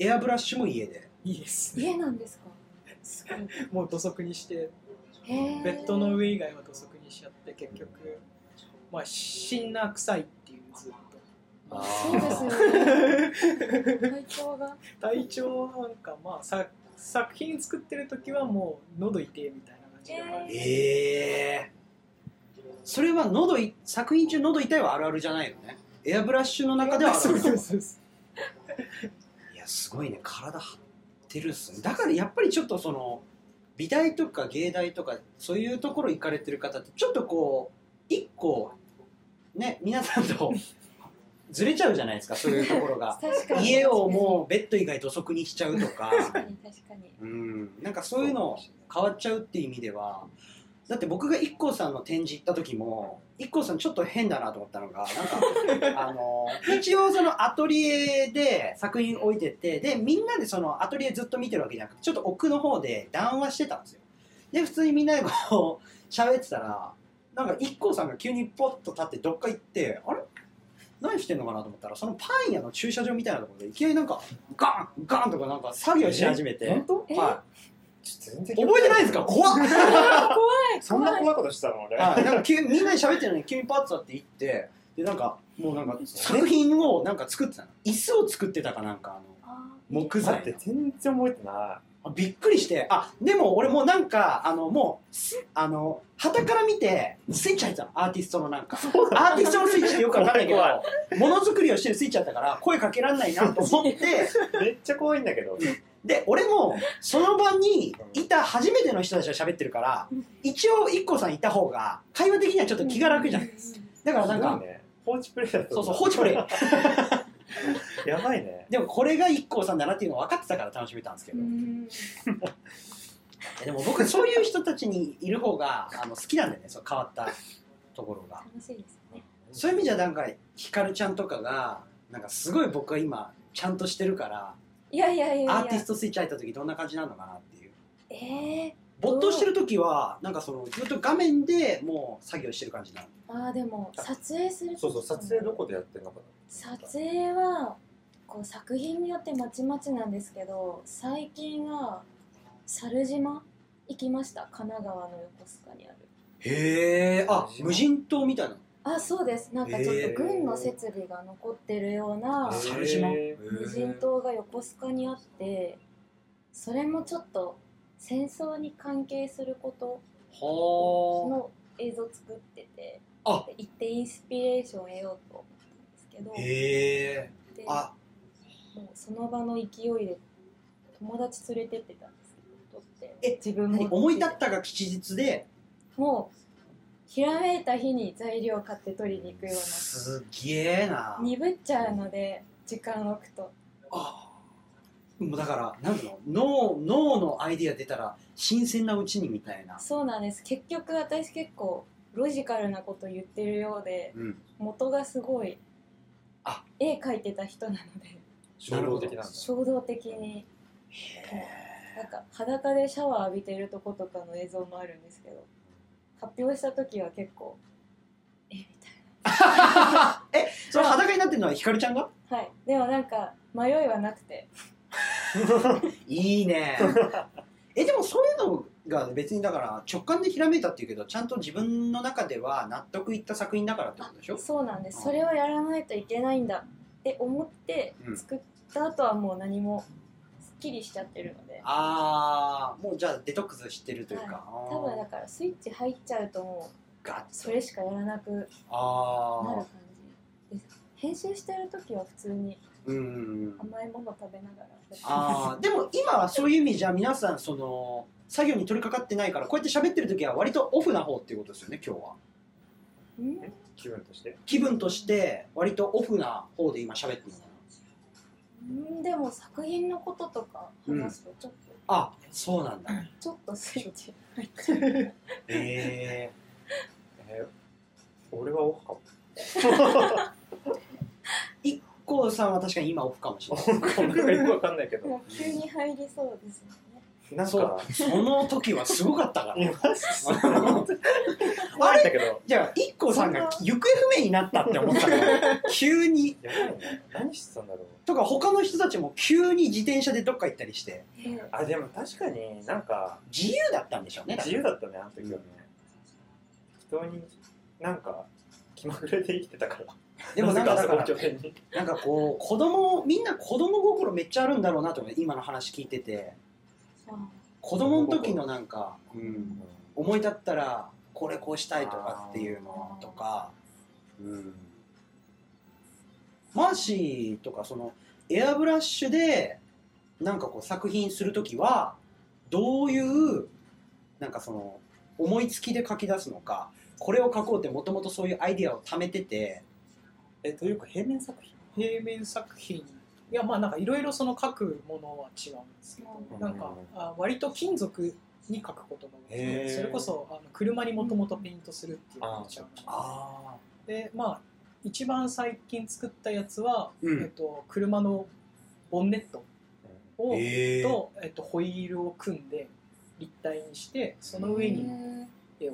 [SPEAKER 1] エアブラッシュも家で。
[SPEAKER 2] いいですね
[SPEAKER 3] 家なんですかすごい
[SPEAKER 2] もう土足にして
[SPEAKER 3] へー
[SPEAKER 2] ベッドの上以外は土足にしちゃって結局まあ死んな臭いっていうずっと
[SPEAKER 4] あ
[SPEAKER 3] そうです
[SPEAKER 4] ー
[SPEAKER 3] よ ね体調が
[SPEAKER 2] 体調はなんかまあさ作品作ってる時はもう喉痛えみたいな感じで、
[SPEAKER 3] え
[SPEAKER 1] ええそれは喉い、作品中喉痛いはあるあるじゃないよね。エアブラッシュの中ではある
[SPEAKER 2] そ
[SPEAKER 1] あ
[SPEAKER 2] う
[SPEAKER 1] る
[SPEAKER 2] そうそうそう
[SPEAKER 1] いやすごいね体張ってるっすねだからやっぱりちょっとその美大とか芸大とかそういうところ行かれてる方ってちょっとこう一個ね皆さんと ずれちゃうじゃないですかそういうところが
[SPEAKER 3] 確かに
[SPEAKER 1] 家をもうベッド以外土足にしちゃうとか
[SPEAKER 3] 確かに確かに
[SPEAKER 1] うんなんかそういうの変わっちゃうっていう意味ではだって僕が IKKO さんの展示行った時も IKKO さんちょっと変だなと思ったのがなん かあの一応そのアトリエで作品置いててでみんなでそのアトリエずっと見てるわけじゃなくてちょっと奥の方で談話してたんですよで普通にみんなでこう喋ってたらなんか IKKO さんが急にポッと立ってどっか行ってあれ何してんのかなと思ったらそのパン屋の駐車場みたいなところでいきなりなんかガンガンとかなんか作業し始めて、
[SPEAKER 4] え本
[SPEAKER 3] え
[SPEAKER 1] はい、
[SPEAKER 4] ちょ全然
[SPEAKER 1] 覚えてないですか怖っ、
[SPEAKER 4] そんな怖いことしてたの俺、
[SPEAKER 1] はい、なんか急にみんなで喋ってるのに急にパッツァって行ってでなんかもうなんか作品をなんか作ってたの椅子を作ってたかなんかあの
[SPEAKER 3] あ
[SPEAKER 1] 木
[SPEAKER 4] 待
[SPEAKER 1] 材
[SPEAKER 4] って全然覚えてな
[SPEAKER 1] あびっくりしてあでも俺もうなんかあのもうすあの旗から見てスイッチ入ってたのアーティストのなんかアーティストのスイッチってよくわかんないけど
[SPEAKER 4] 怖い
[SPEAKER 1] ものづくりをしてるスイッチだったから声かけられないなと思って
[SPEAKER 4] いめっちゃ怖いんだけど
[SPEAKER 1] で俺もその場にいた初めての人たちが喋ってるから一応 IKKO さんいた方が会話的にはちょっと気が楽じゃんだからなん
[SPEAKER 4] す
[SPEAKER 1] か
[SPEAKER 4] ごいね放置プレイだと
[SPEAKER 1] そ
[SPEAKER 4] 思
[SPEAKER 1] うそう放置プレイ
[SPEAKER 4] イ やばいね
[SPEAKER 1] でもこれが IKKO さんだなっていうの分かってたから楽しめたんですけ
[SPEAKER 3] う
[SPEAKER 1] ど、
[SPEAKER 3] ん
[SPEAKER 1] でも僕そういう人たちにいる方があの好きなんだよねそう変わったところが
[SPEAKER 3] 楽しいですね
[SPEAKER 1] そういう意味じゃなんかひかるちゃんとかがなんかすごい僕は今ちゃんとしてるから
[SPEAKER 3] いやいやいやいや
[SPEAKER 1] アーティストスイッチ入った時どんな感じなのかなっていう
[SPEAKER 3] えー、
[SPEAKER 1] 没頭してる時はなんかそのずっと画面でもう作業してる感じなの
[SPEAKER 3] あーでも撮影する
[SPEAKER 4] そうそう撮影どこでやってんのかな
[SPEAKER 3] 撮影はこう作品によってまちまちなんですけど最近は猿島行きました神奈川の横須賀にある
[SPEAKER 1] へえあ無人島みたいな
[SPEAKER 3] あそうですなんかちょっ
[SPEAKER 1] へー
[SPEAKER 3] と軍の設備が残ってるような
[SPEAKER 4] へー
[SPEAKER 1] 猿島
[SPEAKER 4] へ
[SPEAKER 3] 無人島が横須賀にあってそれもちょっと戦争に関係すること
[SPEAKER 1] は
[SPEAKER 3] の映像作ってて
[SPEAKER 1] あ
[SPEAKER 3] で行ってインスピレーションを得ようと思ったんですけど
[SPEAKER 1] あへえ
[SPEAKER 3] で
[SPEAKER 1] あ
[SPEAKER 3] もうその場の勢いで友達連れてってたんですけど撮って
[SPEAKER 1] え
[SPEAKER 3] 自分も
[SPEAKER 1] 何思い立ったが吉日で
[SPEAKER 3] もうひらめいた日に材料買って取りに行くよう
[SPEAKER 1] すげえな
[SPEAKER 3] な鈍っちゃうので時間を置くと
[SPEAKER 1] あもうだから何だろう脳脳のアイディア出たら新鮮なうちにみたいな、
[SPEAKER 3] そうなんです結局私結構ロジカルなこと言ってるようで
[SPEAKER 1] うん、
[SPEAKER 3] 元がすごい
[SPEAKER 1] あ
[SPEAKER 3] 絵描いてた人なので
[SPEAKER 4] 衝動的なんだ
[SPEAKER 3] 衝動的になんか裸でシャワー浴びてるとことかの映像もあるんですけど発表した時は結構えみたい
[SPEAKER 1] えその裸になってるのはひかるちゃんが
[SPEAKER 3] なはいでもなんか迷いはなくて
[SPEAKER 1] いいね えでもそういうのが別にだから直感でひらめいたっていうけどちゃんと自分の中では納得いった作品だからってことでしょ
[SPEAKER 3] そうなんで
[SPEAKER 1] う
[SPEAKER 3] す
[SPEAKER 1] ん
[SPEAKER 3] それをやらないといけないんだって思って
[SPEAKER 1] うん
[SPEAKER 3] 作った後はもう何もすっきりしちゃってるので
[SPEAKER 1] ああもうじゃあデトックスしてるというか、
[SPEAKER 3] 多分だからスイッチ入っちゃうともう
[SPEAKER 1] ガッ
[SPEAKER 3] それしかやらなくなる
[SPEAKER 1] あ
[SPEAKER 3] 感
[SPEAKER 1] あ
[SPEAKER 3] じです編集してる時は普通に
[SPEAKER 1] うんうんうん
[SPEAKER 3] 甘いもの食べながら
[SPEAKER 1] あーでも今はそういう意味じゃ皆さんその作業に取り掛かってないからこうやって喋ってる時は割とオフな方っていうことですよね今日は
[SPEAKER 3] うん
[SPEAKER 4] 気分として
[SPEAKER 1] 気分として割とオフな方で今喋ってるの
[SPEAKER 3] うんでも作品のこととか話すとちょっと、
[SPEAKER 1] あそうなんだ
[SPEAKER 3] ちょっとスイッチ入っちゃう
[SPEAKER 1] え
[SPEAKER 4] えー俺はオフかも
[SPEAKER 1] えー、IKKO さんは確かに今オフかもしれない
[SPEAKER 4] なんかよくわかんないけ ど
[SPEAKER 3] もう急に入りそうですよね
[SPEAKER 4] なん
[SPEAKER 1] そう
[SPEAKER 4] か
[SPEAKER 1] その時はすごかったか
[SPEAKER 4] い
[SPEAKER 1] ら
[SPEAKER 4] ました
[SPEAKER 1] あれ
[SPEAKER 4] だけど
[SPEAKER 1] じゃあ IKKO さんが行方不明になったって思 ったから急に
[SPEAKER 4] やばいね何してたんだろう
[SPEAKER 1] とか他の人たちも急に自転車でどっか行ったりして
[SPEAKER 3] うん
[SPEAKER 4] あでも確かになんか
[SPEAKER 1] 自由だったんでしょうね
[SPEAKER 4] 自由だったねあの時はね、人になんか気まぐれで生きてたから
[SPEAKER 1] でもなんか
[SPEAKER 4] な
[SPEAKER 1] だ
[SPEAKER 4] ぜ
[SPEAKER 1] か
[SPEAKER 4] から 遊び拠点に
[SPEAKER 1] なんかこう子供みんな子供心めっちゃあるんだろうなと思って今の話聞いてて
[SPEAKER 3] あ
[SPEAKER 1] 子供の時のなんか、うん、
[SPEAKER 4] うん
[SPEAKER 1] 思い立ったらこれこうしたいとかっていうのとか、うん、マーシーとかそのエアブラッシュでなんかこう作品する時はどういうなんかその思いつきで書き出すのかこれを書こうってもともとそういうアイディアを貯めてて
[SPEAKER 4] えというか平面作品
[SPEAKER 2] 平面作品いやまあなんかいろいろその書くものは違うんですけ
[SPEAKER 3] う
[SPEAKER 2] ど
[SPEAKER 4] ん
[SPEAKER 2] なんかあ割と金属に書くことが多い
[SPEAKER 4] へ
[SPEAKER 2] で
[SPEAKER 4] ー
[SPEAKER 2] すそれこそあの車にもともとペイントするっていうのが違う
[SPEAKER 1] あ
[SPEAKER 2] でまあ一番最近作ったやつは、
[SPEAKER 1] うん
[SPEAKER 2] えっと、車のボンネットを、
[SPEAKER 1] え
[SPEAKER 2] とえっと、ホイールを組んで立体にしてその上
[SPEAKER 3] へ
[SPEAKER 2] に絵
[SPEAKER 3] ー
[SPEAKER 2] を描くっていう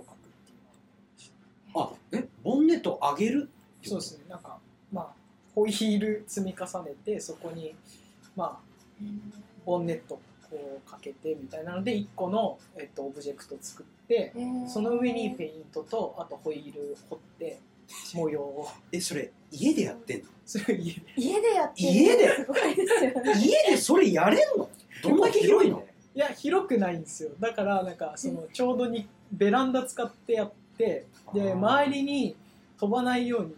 [SPEAKER 2] のが
[SPEAKER 1] あえボンネット上げる
[SPEAKER 2] そうですねなんかまあホイール積み重ねてそこにまあボンネットこうかけてみたいなので1個の、えっと、オブジェクト作って
[SPEAKER 3] へー
[SPEAKER 2] その上にペイントとあとホイール彫って模様を
[SPEAKER 1] えそれ家でやってんの
[SPEAKER 2] それを家で
[SPEAKER 3] 家でやってる
[SPEAKER 1] 家です
[SPEAKER 3] ごいですよね
[SPEAKER 1] 家でそれやれんのどんだけ広いの
[SPEAKER 2] いや広くないんですよだからなんかそのちょうどにベランダ使ってやってで
[SPEAKER 4] あー
[SPEAKER 2] 周りに飛ばないように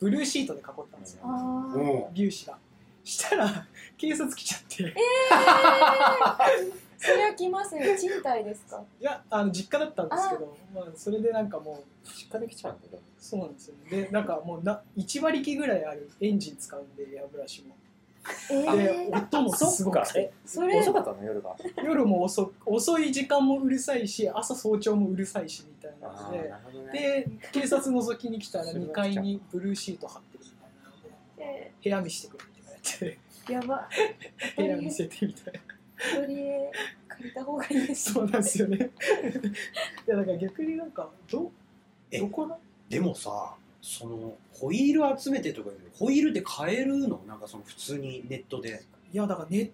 [SPEAKER 2] ブルーシートで囲ったんですよ
[SPEAKER 3] あー
[SPEAKER 1] うん
[SPEAKER 2] 粒子がしたら 警察来ちゃって
[SPEAKER 3] それは来ますね賃貸ですか
[SPEAKER 2] いやあの実家だったんですけどまあ、それでなんかもう
[SPEAKER 4] 実家できちゃうんだけど
[SPEAKER 2] そうなんですよねでなんかもうな1馬力ぐらいあるエンジン使うんでエアブラシも
[SPEAKER 3] え
[SPEAKER 2] で
[SPEAKER 3] ー、
[SPEAKER 2] 音もすごくて
[SPEAKER 4] え
[SPEAKER 3] それ
[SPEAKER 4] 遅かったの夜が
[SPEAKER 2] 夜も遅遅い時間もうるさいし朝早朝もうるさいしみたいなので
[SPEAKER 4] るほど
[SPEAKER 2] で警察覗きに来たら2階にブルーシート貼ってるみたいなので
[SPEAKER 3] え
[SPEAKER 2] 部屋見してくれって言わ
[SPEAKER 3] ーやば
[SPEAKER 2] れて部屋見せてみたいな
[SPEAKER 3] 一人へ借りた方がいいです
[SPEAKER 2] そうなんですよね いやだから逆になんかど
[SPEAKER 1] え
[SPEAKER 2] どこの
[SPEAKER 1] でもさそのホイール集めてとか言うけどホイールで買えるのなんかその普通にネットで
[SPEAKER 2] いやだからネッ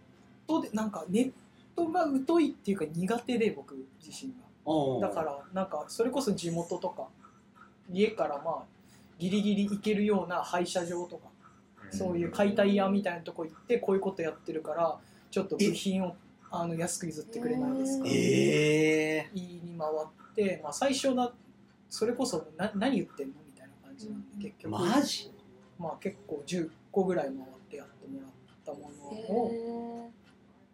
[SPEAKER 2] トでなんかネットが疎いっていうか苦手で僕自身がだからなんかそれこそ地元とか家からまあギリギリ行けるような廃車場とかそういう解体屋みたいなとこ行ってこういうことやってるからちょっと部品をあの安く譲ってくれないですか
[SPEAKER 3] え
[SPEAKER 2] 言
[SPEAKER 1] ええ
[SPEAKER 2] いに回って、まあ、最初だそれこそな何言ってんのみたいな感じなんで結局
[SPEAKER 1] マジ
[SPEAKER 2] まあ結構10個ぐらい回ってやってもらったものを
[SPEAKER 3] え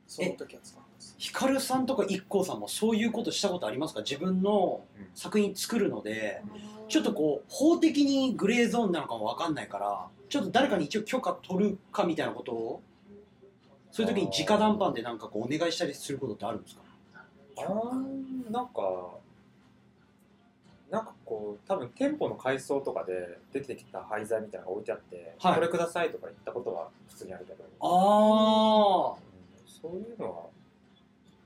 [SPEAKER 2] その時は使うんです
[SPEAKER 1] ヒカルさんとか IKKO さんもそういうことしたことありますか自分の作品作るので、ちょっとこう法的にグレーゾーンなのかも分かんないからちょっと誰かに一応許可取るかみたいなことをそういう時に直談判でなんかこうお願いしたりすることってあるんですか
[SPEAKER 4] あーなんかなんかこう多分店舗の改装とかで出てきた廃材みたいなのが置いてあって、
[SPEAKER 1] はい
[SPEAKER 4] これくださいとか言ったことは普通にあるけど
[SPEAKER 1] ああ
[SPEAKER 4] うんそういうのは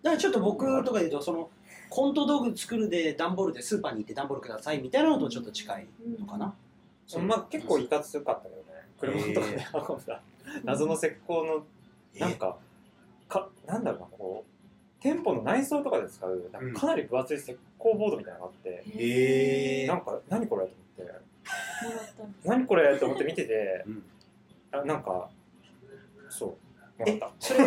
[SPEAKER 1] だからちょっと僕とか言うとそのコント道具作るで段ボールでスーパーに行って段ボールくださいみたいなのとちょっと近い
[SPEAKER 3] うん
[SPEAKER 1] のかな、
[SPEAKER 4] そまあ結構いかつかったけどね車とかで運んだ謎の石膏のなんかかなんだろうなこう店舗の内装とかで使うなんかかなり分厚い石膏ボードみたいなのがあって、
[SPEAKER 1] へえ
[SPEAKER 4] なんか何これと思って
[SPEAKER 3] もらったんです
[SPEAKER 4] 何これと思って見てて
[SPEAKER 1] うん
[SPEAKER 4] あなんかそうもらっ
[SPEAKER 1] え
[SPEAKER 4] た
[SPEAKER 1] それ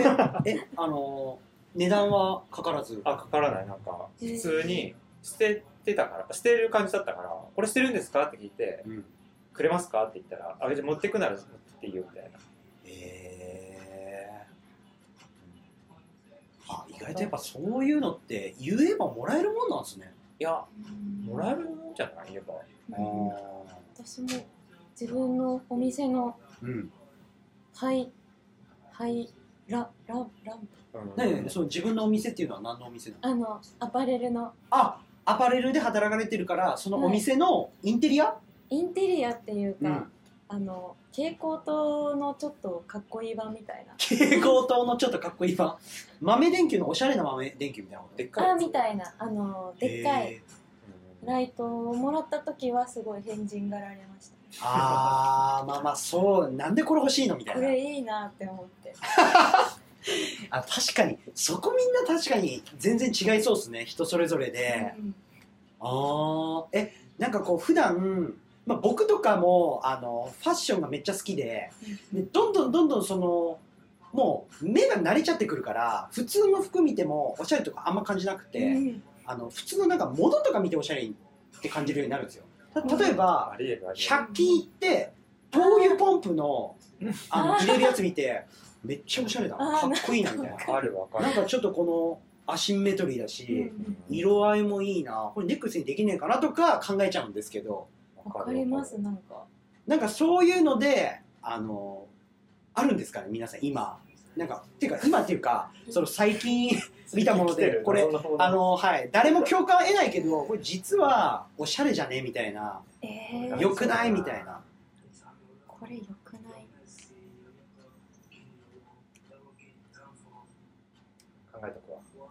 [SPEAKER 1] えあのー値段はかからず
[SPEAKER 4] あかからないなんか
[SPEAKER 3] へー
[SPEAKER 4] 普通に捨ててたから捨てる感じだったから「これ捨てるんですか?」って聞いて
[SPEAKER 1] うん
[SPEAKER 4] 「くれますか?」って言ったら「あじゃあ持ってくなら持っていいよ」みたいな
[SPEAKER 1] えー、あ意外とやっぱそういうのって言えばもらえるもんなんですね
[SPEAKER 4] いや
[SPEAKER 3] うん
[SPEAKER 4] もらえるんじゃないやっぱ
[SPEAKER 3] うん私も自分のお店の
[SPEAKER 1] うん、
[SPEAKER 3] はいはいラララン
[SPEAKER 4] うん
[SPEAKER 1] 何々その自分のお店っていうのは何のお店なの
[SPEAKER 3] あのアパレルの
[SPEAKER 1] あアパレルで働かれてるからそのお店のインテリア、
[SPEAKER 3] インテリアっていうか、
[SPEAKER 1] うん
[SPEAKER 3] あの蛍光灯のちょっとかっこいい版みたいな
[SPEAKER 1] 蛍光灯のちょっとかっこいい版豆電球のおしゃれな豆電球みたいなこと
[SPEAKER 4] でっかい
[SPEAKER 3] あ
[SPEAKER 4] やつ
[SPEAKER 3] みたいなあのでっかい
[SPEAKER 1] へー
[SPEAKER 4] うん
[SPEAKER 3] ライトをもらった時はすごい変人がられまし
[SPEAKER 1] あーまあまあそうなんでこれ欲しいのみた
[SPEAKER 3] た
[SPEAKER 1] いな
[SPEAKER 3] これいいなって思って
[SPEAKER 1] あ確かにそこみんな確かに全然違いそうですね人それぞれで、
[SPEAKER 3] うん
[SPEAKER 1] ああえなんかこう普段まあ僕とかもあのファッションがめっちゃ好きででどんどんどんどんそのもう目が慣れちゃってくるから普通の服見てもおしゃれとかあんま感じなくて、
[SPEAKER 3] うん
[SPEAKER 1] あの普通のなんか物とか見ておしゃれって感じるようになるんですよた例えば
[SPEAKER 4] ありえるありえる
[SPEAKER 1] 100均行って灯油ポンプの
[SPEAKER 4] うん
[SPEAKER 1] あの入れるやつ見てめっちゃおしゃれだな
[SPEAKER 3] あ
[SPEAKER 1] か
[SPEAKER 3] ー
[SPEAKER 1] っこいいなみたいな
[SPEAKER 4] あるわかる
[SPEAKER 1] なんかちょっとこのアシンメトリーだし、
[SPEAKER 3] うん
[SPEAKER 1] 色合いもいいなこれネックレスにできねえかなとか考えちゃうんですけど
[SPEAKER 3] わかりますなんか
[SPEAKER 1] なんかそういうのであのあるんですかね皆さん今なんかっていうか今っていうかその最近見たものでこれあのはい誰も共感は得ないけどこれ実はおしゃれじゃねみたいな
[SPEAKER 3] えー、
[SPEAKER 1] 良くないみたいな
[SPEAKER 3] これよくない
[SPEAKER 4] 考えとくわ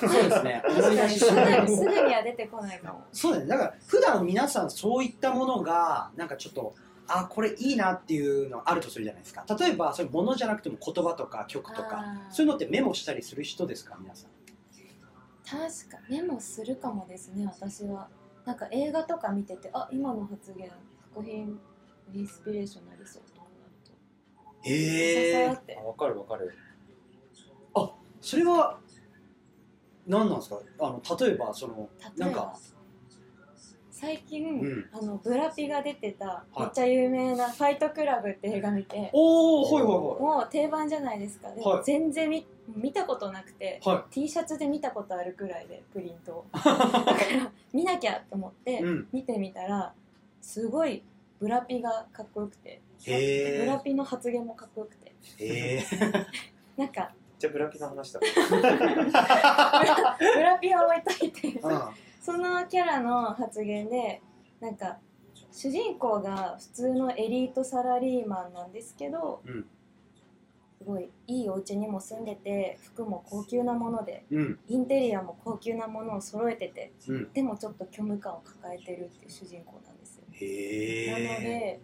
[SPEAKER 1] そうですね
[SPEAKER 3] 確
[SPEAKER 1] 思い出
[SPEAKER 3] かに
[SPEAKER 1] し
[SPEAKER 3] す
[SPEAKER 1] そう
[SPEAKER 3] ぐすぐには出てこないかも
[SPEAKER 1] そうだねだから普段皆さんそういったものがなんかちょっとあこれいいなっていうのあるとするじゃないですか例えばそれものじゃなくても言葉とか曲とか
[SPEAKER 3] あ ー
[SPEAKER 1] そういうのってメモしたりする人ですか皆さん
[SPEAKER 3] 確かメモするかもですね私はなんか映画とか見ててあ今の発言作品インスピレーションになりそうとかなると
[SPEAKER 1] へ
[SPEAKER 3] さ
[SPEAKER 1] え
[SPEAKER 3] さって
[SPEAKER 4] あわかるわかる
[SPEAKER 1] それは何なんですかあの例えばそのな
[SPEAKER 3] 例
[SPEAKER 1] ん
[SPEAKER 3] え
[SPEAKER 1] か
[SPEAKER 3] ば最近、
[SPEAKER 1] うん
[SPEAKER 3] あのブラピが出てた
[SPEAKER 1] い
[SPEAKER 3] めっちゃ有名な「ファイトクラブ」って映画見て
[SPEAKER 1] おおはいは
[SPEAKER 3] もう定番じゃないですかで
[SPEAKER 1] はい
[SPEAKER 3] も全然見見たことなくて、
[SPEAKER 1] いはいは
[SPEAKER 3] T シャツで見たことあるくらいでプリント をだから見なきゃと思って、
[SPEAKER 1] いうん
[SPEAKER 3] 見てみたらすごいブラピがかっこよくて
[SPEAKER 1] へー
[SPEAKER 3] ブラピの発言もかっこよくて
[SPEAKER 1] へ え
[SPEAKER 3] なんか
[SPEAKER 4] じゃあブラピの話だ
[SPEAKER 3] ブラピは置いといて
[SPEAKER 1] うんは
[SPEAKER 3] そのキャラの発言でなんか主人公が普通のエリートサラリーマンなんですけど、
[SPEAKER 1] うん
[SPEAKER 3] すごいいいお家にも住んでて服も高級なもので
[SPEAKER 1] うん
[SPEAKER 3] インテリアも高級なものを揃えてて
[SPEAKER 1] うん
[SPEAKER 3] でもちょっと虚無感を抱えてるっていう主人公なんですよ
[SPEAKER 1] へ
[SPEAKER 3] なの
[SPEAKER 1] え
[SPEAKER 3] で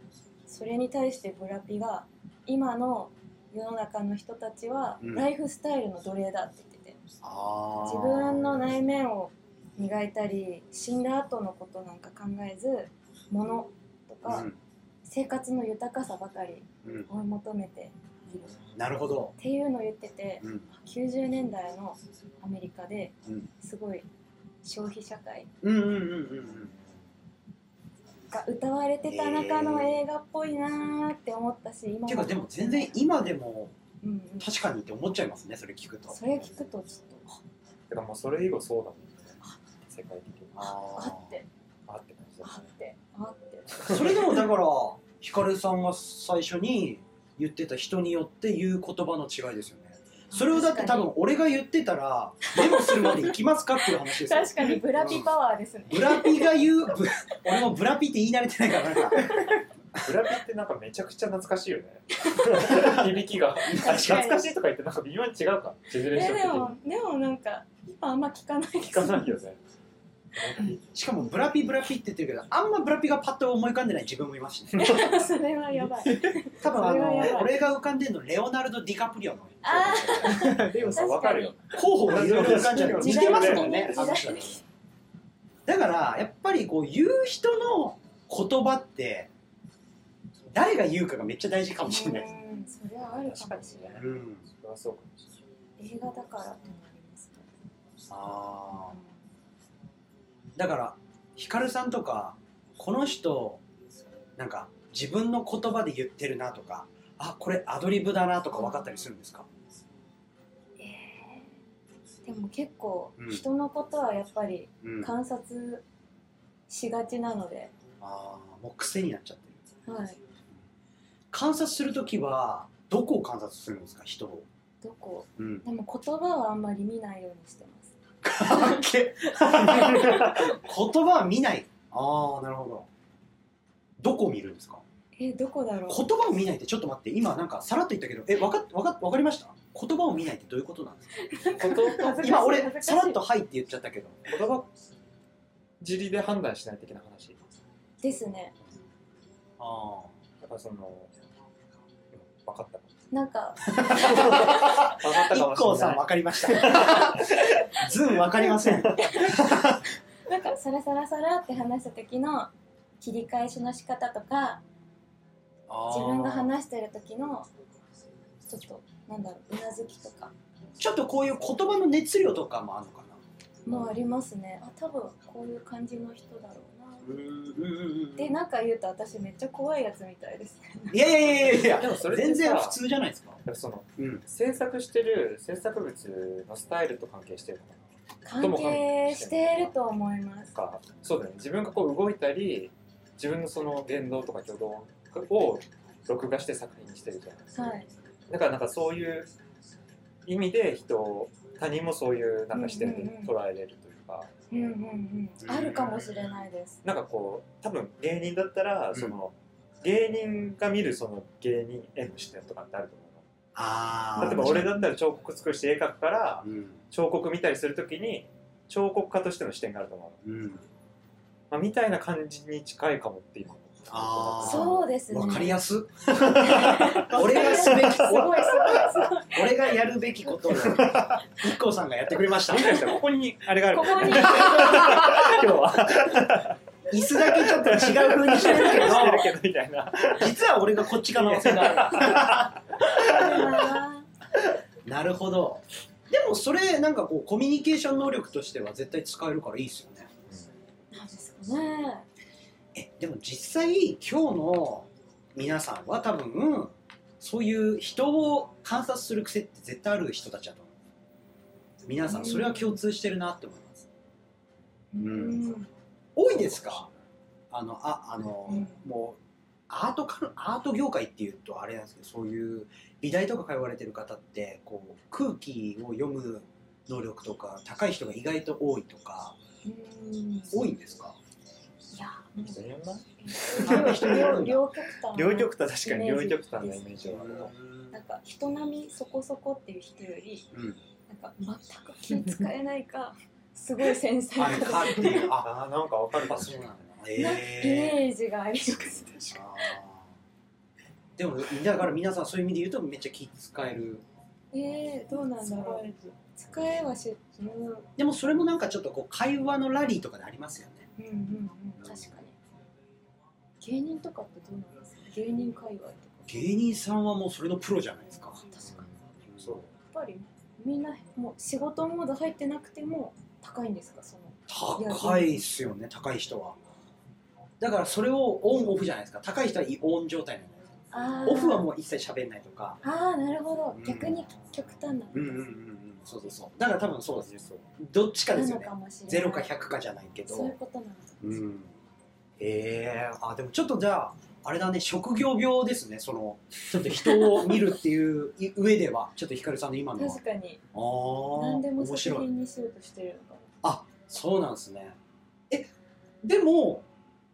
[SPEAKER 3] それに対してブラピが今の世の中の人たちは
[SPEAKER 1] うん
[SPEAKER 3] ライフスタイルの奴隷だって言ってて、
[SPEAKER 1] あ
[SPEAKER 3] 自
[SPEAKER 1] ー
[SPEAKER 3] 分の内面を磨いたり死んだ後のことなんか考えず物とか、生活の豊かさばかり
[SPEAKER 1] うんうん
[SPEAKER 3] 追い求めているっ
[SPEAKER 1] なるほど
[SPEAKER 3] ていうのを言ってて
[SPEAKER 1] うん
[SPEAKER 3] 90年代のアメリカで
[SPEAKER 1] うん
[SPEAKER 3] すごい消費社会
[SPEAKER 1] うんうんうんうんうん
[SPEAKER 3] が歌われてた中の映画っぽいなーって思ったし今
[SPEAKER 1] ていうかでも全然今でも
[SPEAKER 3] うんうん、
[SPEAKER 1] 確かにって思っちゃいますねそれ聞くと
[SPEAKER 3] それ聞くとちょっと
[SPEAKER 4] てかもうそれ以後そうだもんね世界的にあ
[SPEAKER 1] あ
[SPEAKER 3] あ
[SPEAKER 1] ー
[SPEAKER 3] って
[SPEAKER 4] あって感じだ
[SPEAKER 3] あっ
[SPEAKER 4] ね
[SPEAKER 3] てあって
[SPEAKER 1] それでもだからヒカルさんが最初に言ってた人によって言う言葉の違いですよねそれをだって多分俺が言ってたらメモするまで行きますかっていう話ですよ
[SPEAKER 3] 確かにブラピパワーですね、
[SPEAKER 1] ブラピが言うブ俺もブラピって言い慣れてないからなんか
[SPEAKER 4] ブラピってなんかめちゃくちゃ懐かし いよね響きがあれ
[SPEAKER 3] かに
[SPEAKER 4] 懐かしいとか言ってなんか微妙に違うかジェネレーシ
[SPEAKER 3] え
[SPEAKER 4] ョン
[SPEAKER 3] で
[SPEAKER 4] 的に
[SPEAKER 3] もでもなんか今あんま聞かないで
[SPEAKER 4] 聞
[SPEAKER 3] す
[SPEAKER 4] かないよね
[SPEAKER 1] しかもブラピブラピって言ってるけどあんまブラピがパッと思い浮かんでない自分もいますしね
[SPEAKER 3] それはや ばい
[SPEAKER 1] 多分あ
[SPEAKER 3] それはや
[SPEAKER 1] の
[SPEAKER 3] ばい
[SPEAKER 1] 俺が浮かんでるのレオナルド・ディカプリオの
[SPEAKER 3] あ
[SPEAKER 4] でもさ分かるよ
[SPEAKER 1] 候補がいろいろ浮かんじゃう似
[SPEAKER 4] 時
[SPEAKER 1] て
[SPEAKER 4] 代
[SPEAKER 1] ま
[SPEAKER 4] は
[SPEAKER 1] す
[SPEAKER 4] ね
[SPEAKER 1] もんねあの人だからやっぱりこう言う人の言葉って誰が言うかがめっちゃ大事かもしれない、
[SPEAKER 3] うんそれはあるかもしれない
[SPEAKER 1] うん、
[SPEAKER 4] それはそうかもしれない
[SPEAKER 3] 映画だからともありますけ
[SPEAKER 1] あーだからヒカルさんとかこの人なんか自分の言葉で言ってるなとかあこれアドリブだなとか分かったりするんですか
[SPEAKER 3] どえーでも結構
[SPEAKER 1] うん
[SPEAKER 3] 人のことはやっぱり
[SPEAKER 1] うんあ
[SPEAKER 3] 観察しがちなので、
[SPEAKER 1] あーもう癖になっちゃってる
[SPEAKER 3] はい
[SPEAKER 1] 観察するときはどこを観察するんですか人を、
[SPEAKER 3] どこ
[SPEAKER 1] うん、
[SPEAKER 3] でも言葉はあんまり見ないようにしてます
[SPEAKER 1] かっけ言葉は見ないああなるほどどこを見るんですか
[SPEAKER 3] えどこだろう
[SPEAKER 1] 言葉を見ないってちょっと待って今なんかさらっと言ったけどえわかっわかっわかりました言葉を見ないってどういうことなんですか
[SPEAKER 3] 恥ずかしい
[SPEAKER 1] 今俺
[SPEAKER 3] 恥ずかしい
[SPEAKER 1] さらっと「はい」って言っちゃったけど
[SPEAKER 4] 言葉尻で判断しない的な話
[SPEAKER 3] ですね
[SPEAKER 1] あ
[SPEAKER 4] だからその分かった
[SPEAKER 3] なんか
[SPEAKER 4] 分かったかもしれ
[SPEAKER 1] IKKO
[SPEAKER 4] な
[SPEAKER 1] さ
[SPEAKER 4] い
[SPEAKER 1] んわかりましたズンわかりません
[SPEAKER 3] なんかサラサラサラって話した時の切り返しの仕方とか自分が話してる時のちょっとなんだろううなずきとか
[SPEAKER 1] ちょっとこういう言葉の熱量とかもあるのかな
[SPEAKER 3] もありますねあ多分こういう感じの人だろうな
[SPEAKER 1] うんうん
[SPEAKER 3] でなんか言うと私めっちゃ怖いやつみたいですね
[SPEAKER 1] いやいやいやいやい
[SPEAKER 4] で
[SPEAKER 1] や
[SPEAKER 4] もそれってさ
[SPEAKER 1] 全然普通じゃないですか
[SPEAKER 4] その
[SPEAKER 1] うん
[SPEAKER 4] 制作してる制作物のスタイルと関係してるのかな
[SPEAKER 3] 関係していると思います
[SPEAKER 4] なんかそうだね自分がこう動いたり自分のその言動とか挙動を録画して作品にしてるじゃないですか、
[SPEAKER 3] はい
[SPEAKER 4] だからなんかそういう意味で人を他人もそういうなんか視点で
[SPEAKER 3] うんうんうん
[SPEAKER 4] 捉えれるというか、
[SPEAKER 3] うんうんうんあるかもしれないです
[SPEAKER 4] なんかこう多分芸人だったら
[SPEAKER 1] ん
[SPEAKER 4] その、芸人が見るその芸人への視点とかってあると思う
[SPEAKER 1] ああ
[SPEAKER 4] の例えば俺だったら彫刻作るし絵描くから
[SPEAKER 1] うん
[SPEAKER 4] 彫刻見たりするときに彫刻家としての視点があると思うの、
[SPEAKER 1] うん
[SPEAKER 4] まあ、みたいな感じに近いかもって今
[SPEAKER 1] あー
[SPEAKER 3] そうですね
[SPEAKER 1] わかりやす
[SPEAKER 3] わか
[SPEAKER 1] 俺
[SPEAKER 3] り
[SPEAKER 1] が
[SPEAKER 3] や
[SPEAKER 1] す
[SPEAKER 3] す
[SPEAKER 1] べき
[SPEAKER 3] すごいすごいす
[SPEAKER 1] 俺がやるべきことを IKKO さんがやってくれました
[SPEAKER 4] もしかしたらここにあれがある
[SPEAKER 3] ごいこ
[SPEAKER 4] かも
[SPEAKER 3] こに
[SPEAKER 4] 今日は
[SPEAKER 1] 椅子だけちょっと違う風にしてるけ
[SPEAKER 4] してる
[SPEAKER 1] ど
[SPEAKER 4] けどみたいな
[SPEAKER 1] 実は俺がこっち 側のせがある
[SPEAKER 3] あるな
[SPEAKER 1] なるほどでもそれなんかこうコミュニケーション能力としては絶対使えるからいいですよね
[SPEAKER 3] なんですかね
[SPEAKER 1] えでも実際今日の皆さんは多分そういう人を観察する癖って絶対ある人たちだと思う皆さんそれは共通してるなって思います
[SPEAKER 3] うん
[SPEAKER 1] 多いですかあのああの、
[SPEAKER 3] うん
[SPEAKER 1] もうアートかアート業界っていうとあれなんですけどそういう美大とか通われてる方ってこう空気を読む能力とか高い人が意外と多いとか
[SPEAKER 3] うんい
[SPEAKER 1] 多いんですか
[SPEAKER 3] や
[SPEAKER 1] 人によるんだ
[SPEAKER 3] 両極端
[SPEAKER 4] 両極端確かに両極端なイメージはある な
[SPEAKER 3] なんか人並みそこそこっていう人より
[SPEAKER 1] うん
[SPEAKER 3] なんか全く気使えないかすごい繊細
[SPEAKER 1] ある
[SPEAKER 3] か
[SPEAKER 1] かっていうあ
[SPEAKER 4] あーなんかわかるかも
[SPEAKER 1] そうなんだ
[SPEAKER 3] イ
[SPEAKER 1] ええ
[SPEAKER 3] メージがあります
[SPEAKER 1] あーでもだから皆さんそういう意味で言うとめっちゃ気使える
[SPEAKER 3] えー、どうなんだろう使えはしうんうん
[SPEAKER 1] でもそれもなんかちょっとこう会話のラリーとかでありますよね
[SPEAKER 3] うんうん確かに芸人とかってどうなんですか芸人界隈とか
[SPEAKER 1] 芸人さんはもうそれのプロじゃないですか
[SPEAKER 3] 確かにや
[SPEAKER 4] そう
[SPEAKER 3] っぱりみんなもう仕事モード入ってなくても高いんですかその
[SPEAKER 1] 高いっすよね高い人はだからそれをオンオフじゃないですか高い人はオン状態なんじゃないですか
[SPEAKER 3] あー
[SPEAKER 1] オフはもう一切喋んないとか、
[SPEAKER 3] あーなるほど
[SPEAKER 1] うん
[SPEAKER 3] 逆に極端な
[SPEAKER 1] うんうんうんうんそうそうそうだから多分そうですよどっちかですよね
[SPEAKER 3] なのかもしれない
[SPEAKER 1] ゼロか100かじゃないけ
[SPEAKER 3] そうい
[SPEAKER 1] ど
[SPEAKER 3] うことなんだ
[SPEAKER 1] うんえー、あでもちょっとじゃああれだね職業病ですねそのちょっと人を見るっていうい上ではちょっとひかるさんの今のは
[SPEAKER 3] 確かに
[SPEAKER 1] ああ
[SPEAKER 3] 何でも
[SPEAKER 1] 面
[SPEAKER 3] 作
[SPEAKER 1] 白い
[SPEAKER 3] 品にしようとしてるのか
[SPEAKER 1] そうなんですねえでも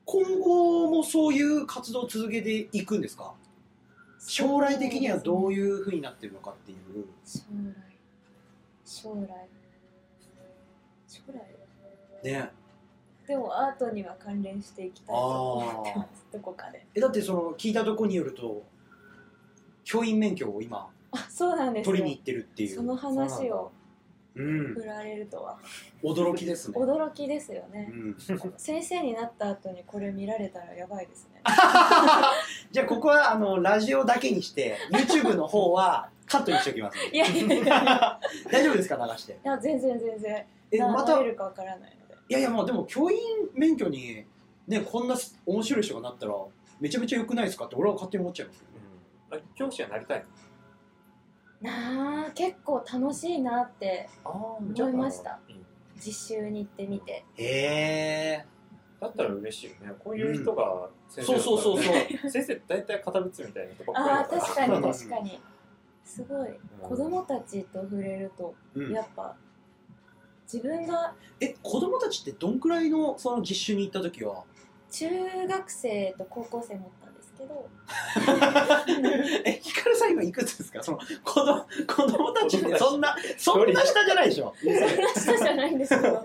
[SPEAKER 1] 今後もそういう活動を続けていくんですか
[SPEAKER 3] な
[SPEAKER 1] 将来的にはどう
[SPEAKER 3] いう
[SPEAKER 1] いうふうになってるのかっていう
[SPEAKER 3] 将来将来将来
[SPEAKER 1] ね
[SPEAKER 3] でもアートには関連していきたいと思ってますどこかで
[SPEAKER 1] えだってその聞いたとこによると教員免許を今
[SPEAKER 3] あそうなんです
[SPEAKER 1] 取
[SPEAKER 3] ね
[SPEAKER 1] りに行ってるってい、
[SPEAKER 3] そうの話を
[SPEAKER 1] うん、
[SPEAKER 3] 振られるとは
[SPEAKER 1] 驚きですね、
[SPEAKER 3] 驚きですよ
[SPEAKER 1] う
[SPEAKER 3] ね
[SPEAKER 1] ん、
[SPEAKER 3] 先生になった後にこれ見られたらやばいですね
[SPEAKER 1] じゃあここはあのラジオだけにして YouTube の方はカットにしておきます
[SPEAKER 3] いやいやいやいや
[SPEAKER 1] 大丈夫ですか流して
[SPEAKER 3] いや全然全然
[SPEAKER 1] え
[SPEAKER 3] な
[SPEAKER 1] また
[SPEAKER 3] なれ
[SPEAKER 1] い
[SPEAKER 3] るかわからないので
[SPEAKER 1] やいやまあでも教員免許にねこんなす面白い人がなったらめちゃめちゃ良くないですかって俺は勝手に思っちゃいますよね
[SPEAKER 4] あ教師はなりたい
[SPEAKER 3] なあ結構楽しいなって
[SPEAKER 4] あ
[SPEAKER 3] 思いました
[SPEAKER 4] いい
[SPEAKER 3] 実習に行ってみて
[SPEAKER 1] へえ
[SPEAKER 4] だったら嬉しいよねこういう人が先生
[SPEAKER 1] そうそうそうそう
[SPEAKER 4] だったらね先生大体堅物みたいな人ばっ
[SPEAKER 3] ああ
[SPEAKER 4] かりだ
[SPEAKER 3] 確
[SPEAKER 4] から
[SPEAKER 3] かに確かにすごい子供たちと触れると
[SPEAKER 1] うん
[SPEAKER 3] やっぱ自分が
[SPEAKER 1] え子供たちってどんくらいのその実習に行った時は
[SPEAKER 3] 中学生と高校生持ったんですけ ど
[SPEAKER 1] えひかるさん今いくつですかその子供子供たちってそんなそんな下じゃないでしょ
[SPEAKER 3] 下じゃないんですけ ど、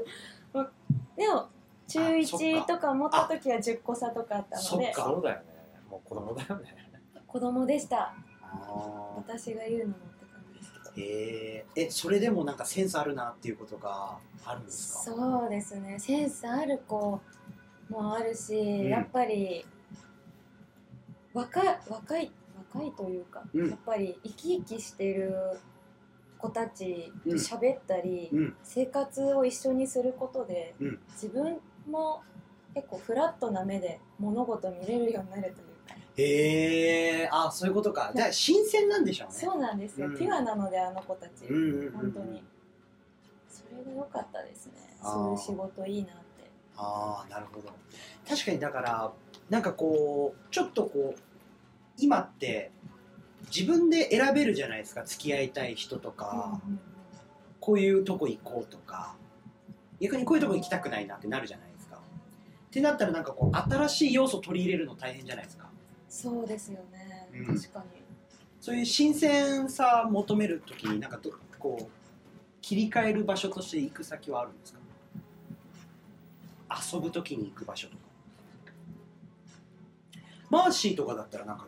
[SPEAKER 3] まあでも中
[SPEAKER 1] あそっ
[SPEAKER 3] 1
[SPEAKER 1] か
[SPEAKER 3] とか持った時は10個差とかあったの
[SPEAKER 1] そっ
[SPEAKER 3] で
[SPEAKER 1] か
[SPEAKER 4] そうだよねもう子供だよね
[SPEAKER 3] 子供でした
[SPEAKER 1] あー
[SPEAKER 3] 私が言うのもって感じですけど
[SPEAKER 1] えー、えそれでもなんかセンスあるなっていうことがあるんですか
[SPEAKER 3] そうですねセンスある子もあるし、
[SPEAKER 1] ん
[SPEAKER 3] やっぱり若い若い若いというか、
[SPEAKER 1] うん
[SPEAKER 3] やっぱり生き生きしてる子たちと喋ったり、
[SPEAKER 1] うん
[SPEAKER 3] 生活を一緒にすることで、
[SPEAKER 1] うん
[SPEAKER 3] 自分も結構フラットな目で物事見れるようになるというか、
[SPEAKER 1] へえー、あそういうことかじゃあ新鮮なんでしょうね
[SPEAKER 3] そうなんですよ、
[SPEAKER 1] うん
[SPEAKER 3] ピュアなのであの子たち、
[SPEAKER 1] うんうんうん
[SPEAKER 3] 本当にそれが良かったですね
[SPEAKER 1] あー
[SPEAKER 3] そういう仕事いいなって
[SPEAKER 1] ああなるほど確かにだからなんかこうちょっとこう今って自分で選べるじゃないですか付き合いたい人とか、
[SPEAKER 3] うんうん
[SPEAKER 1] こういうとこ行こうとか逆にこういうとこ行きたくないなってなるじゃないですかってなったらなんかこう新しい要素取り入れるの大変じゃないですか
[SPEAKER 3] そうですよね、
[SPEAKER 1] うん
[SPEAKER 3] 確かに
[SPEAKER 1] そういう新鮮さ求めるときになんかどこう切り替える場所として行く先はあるんですか遊ぶときに行く場所とかマーシーとかだったらなんか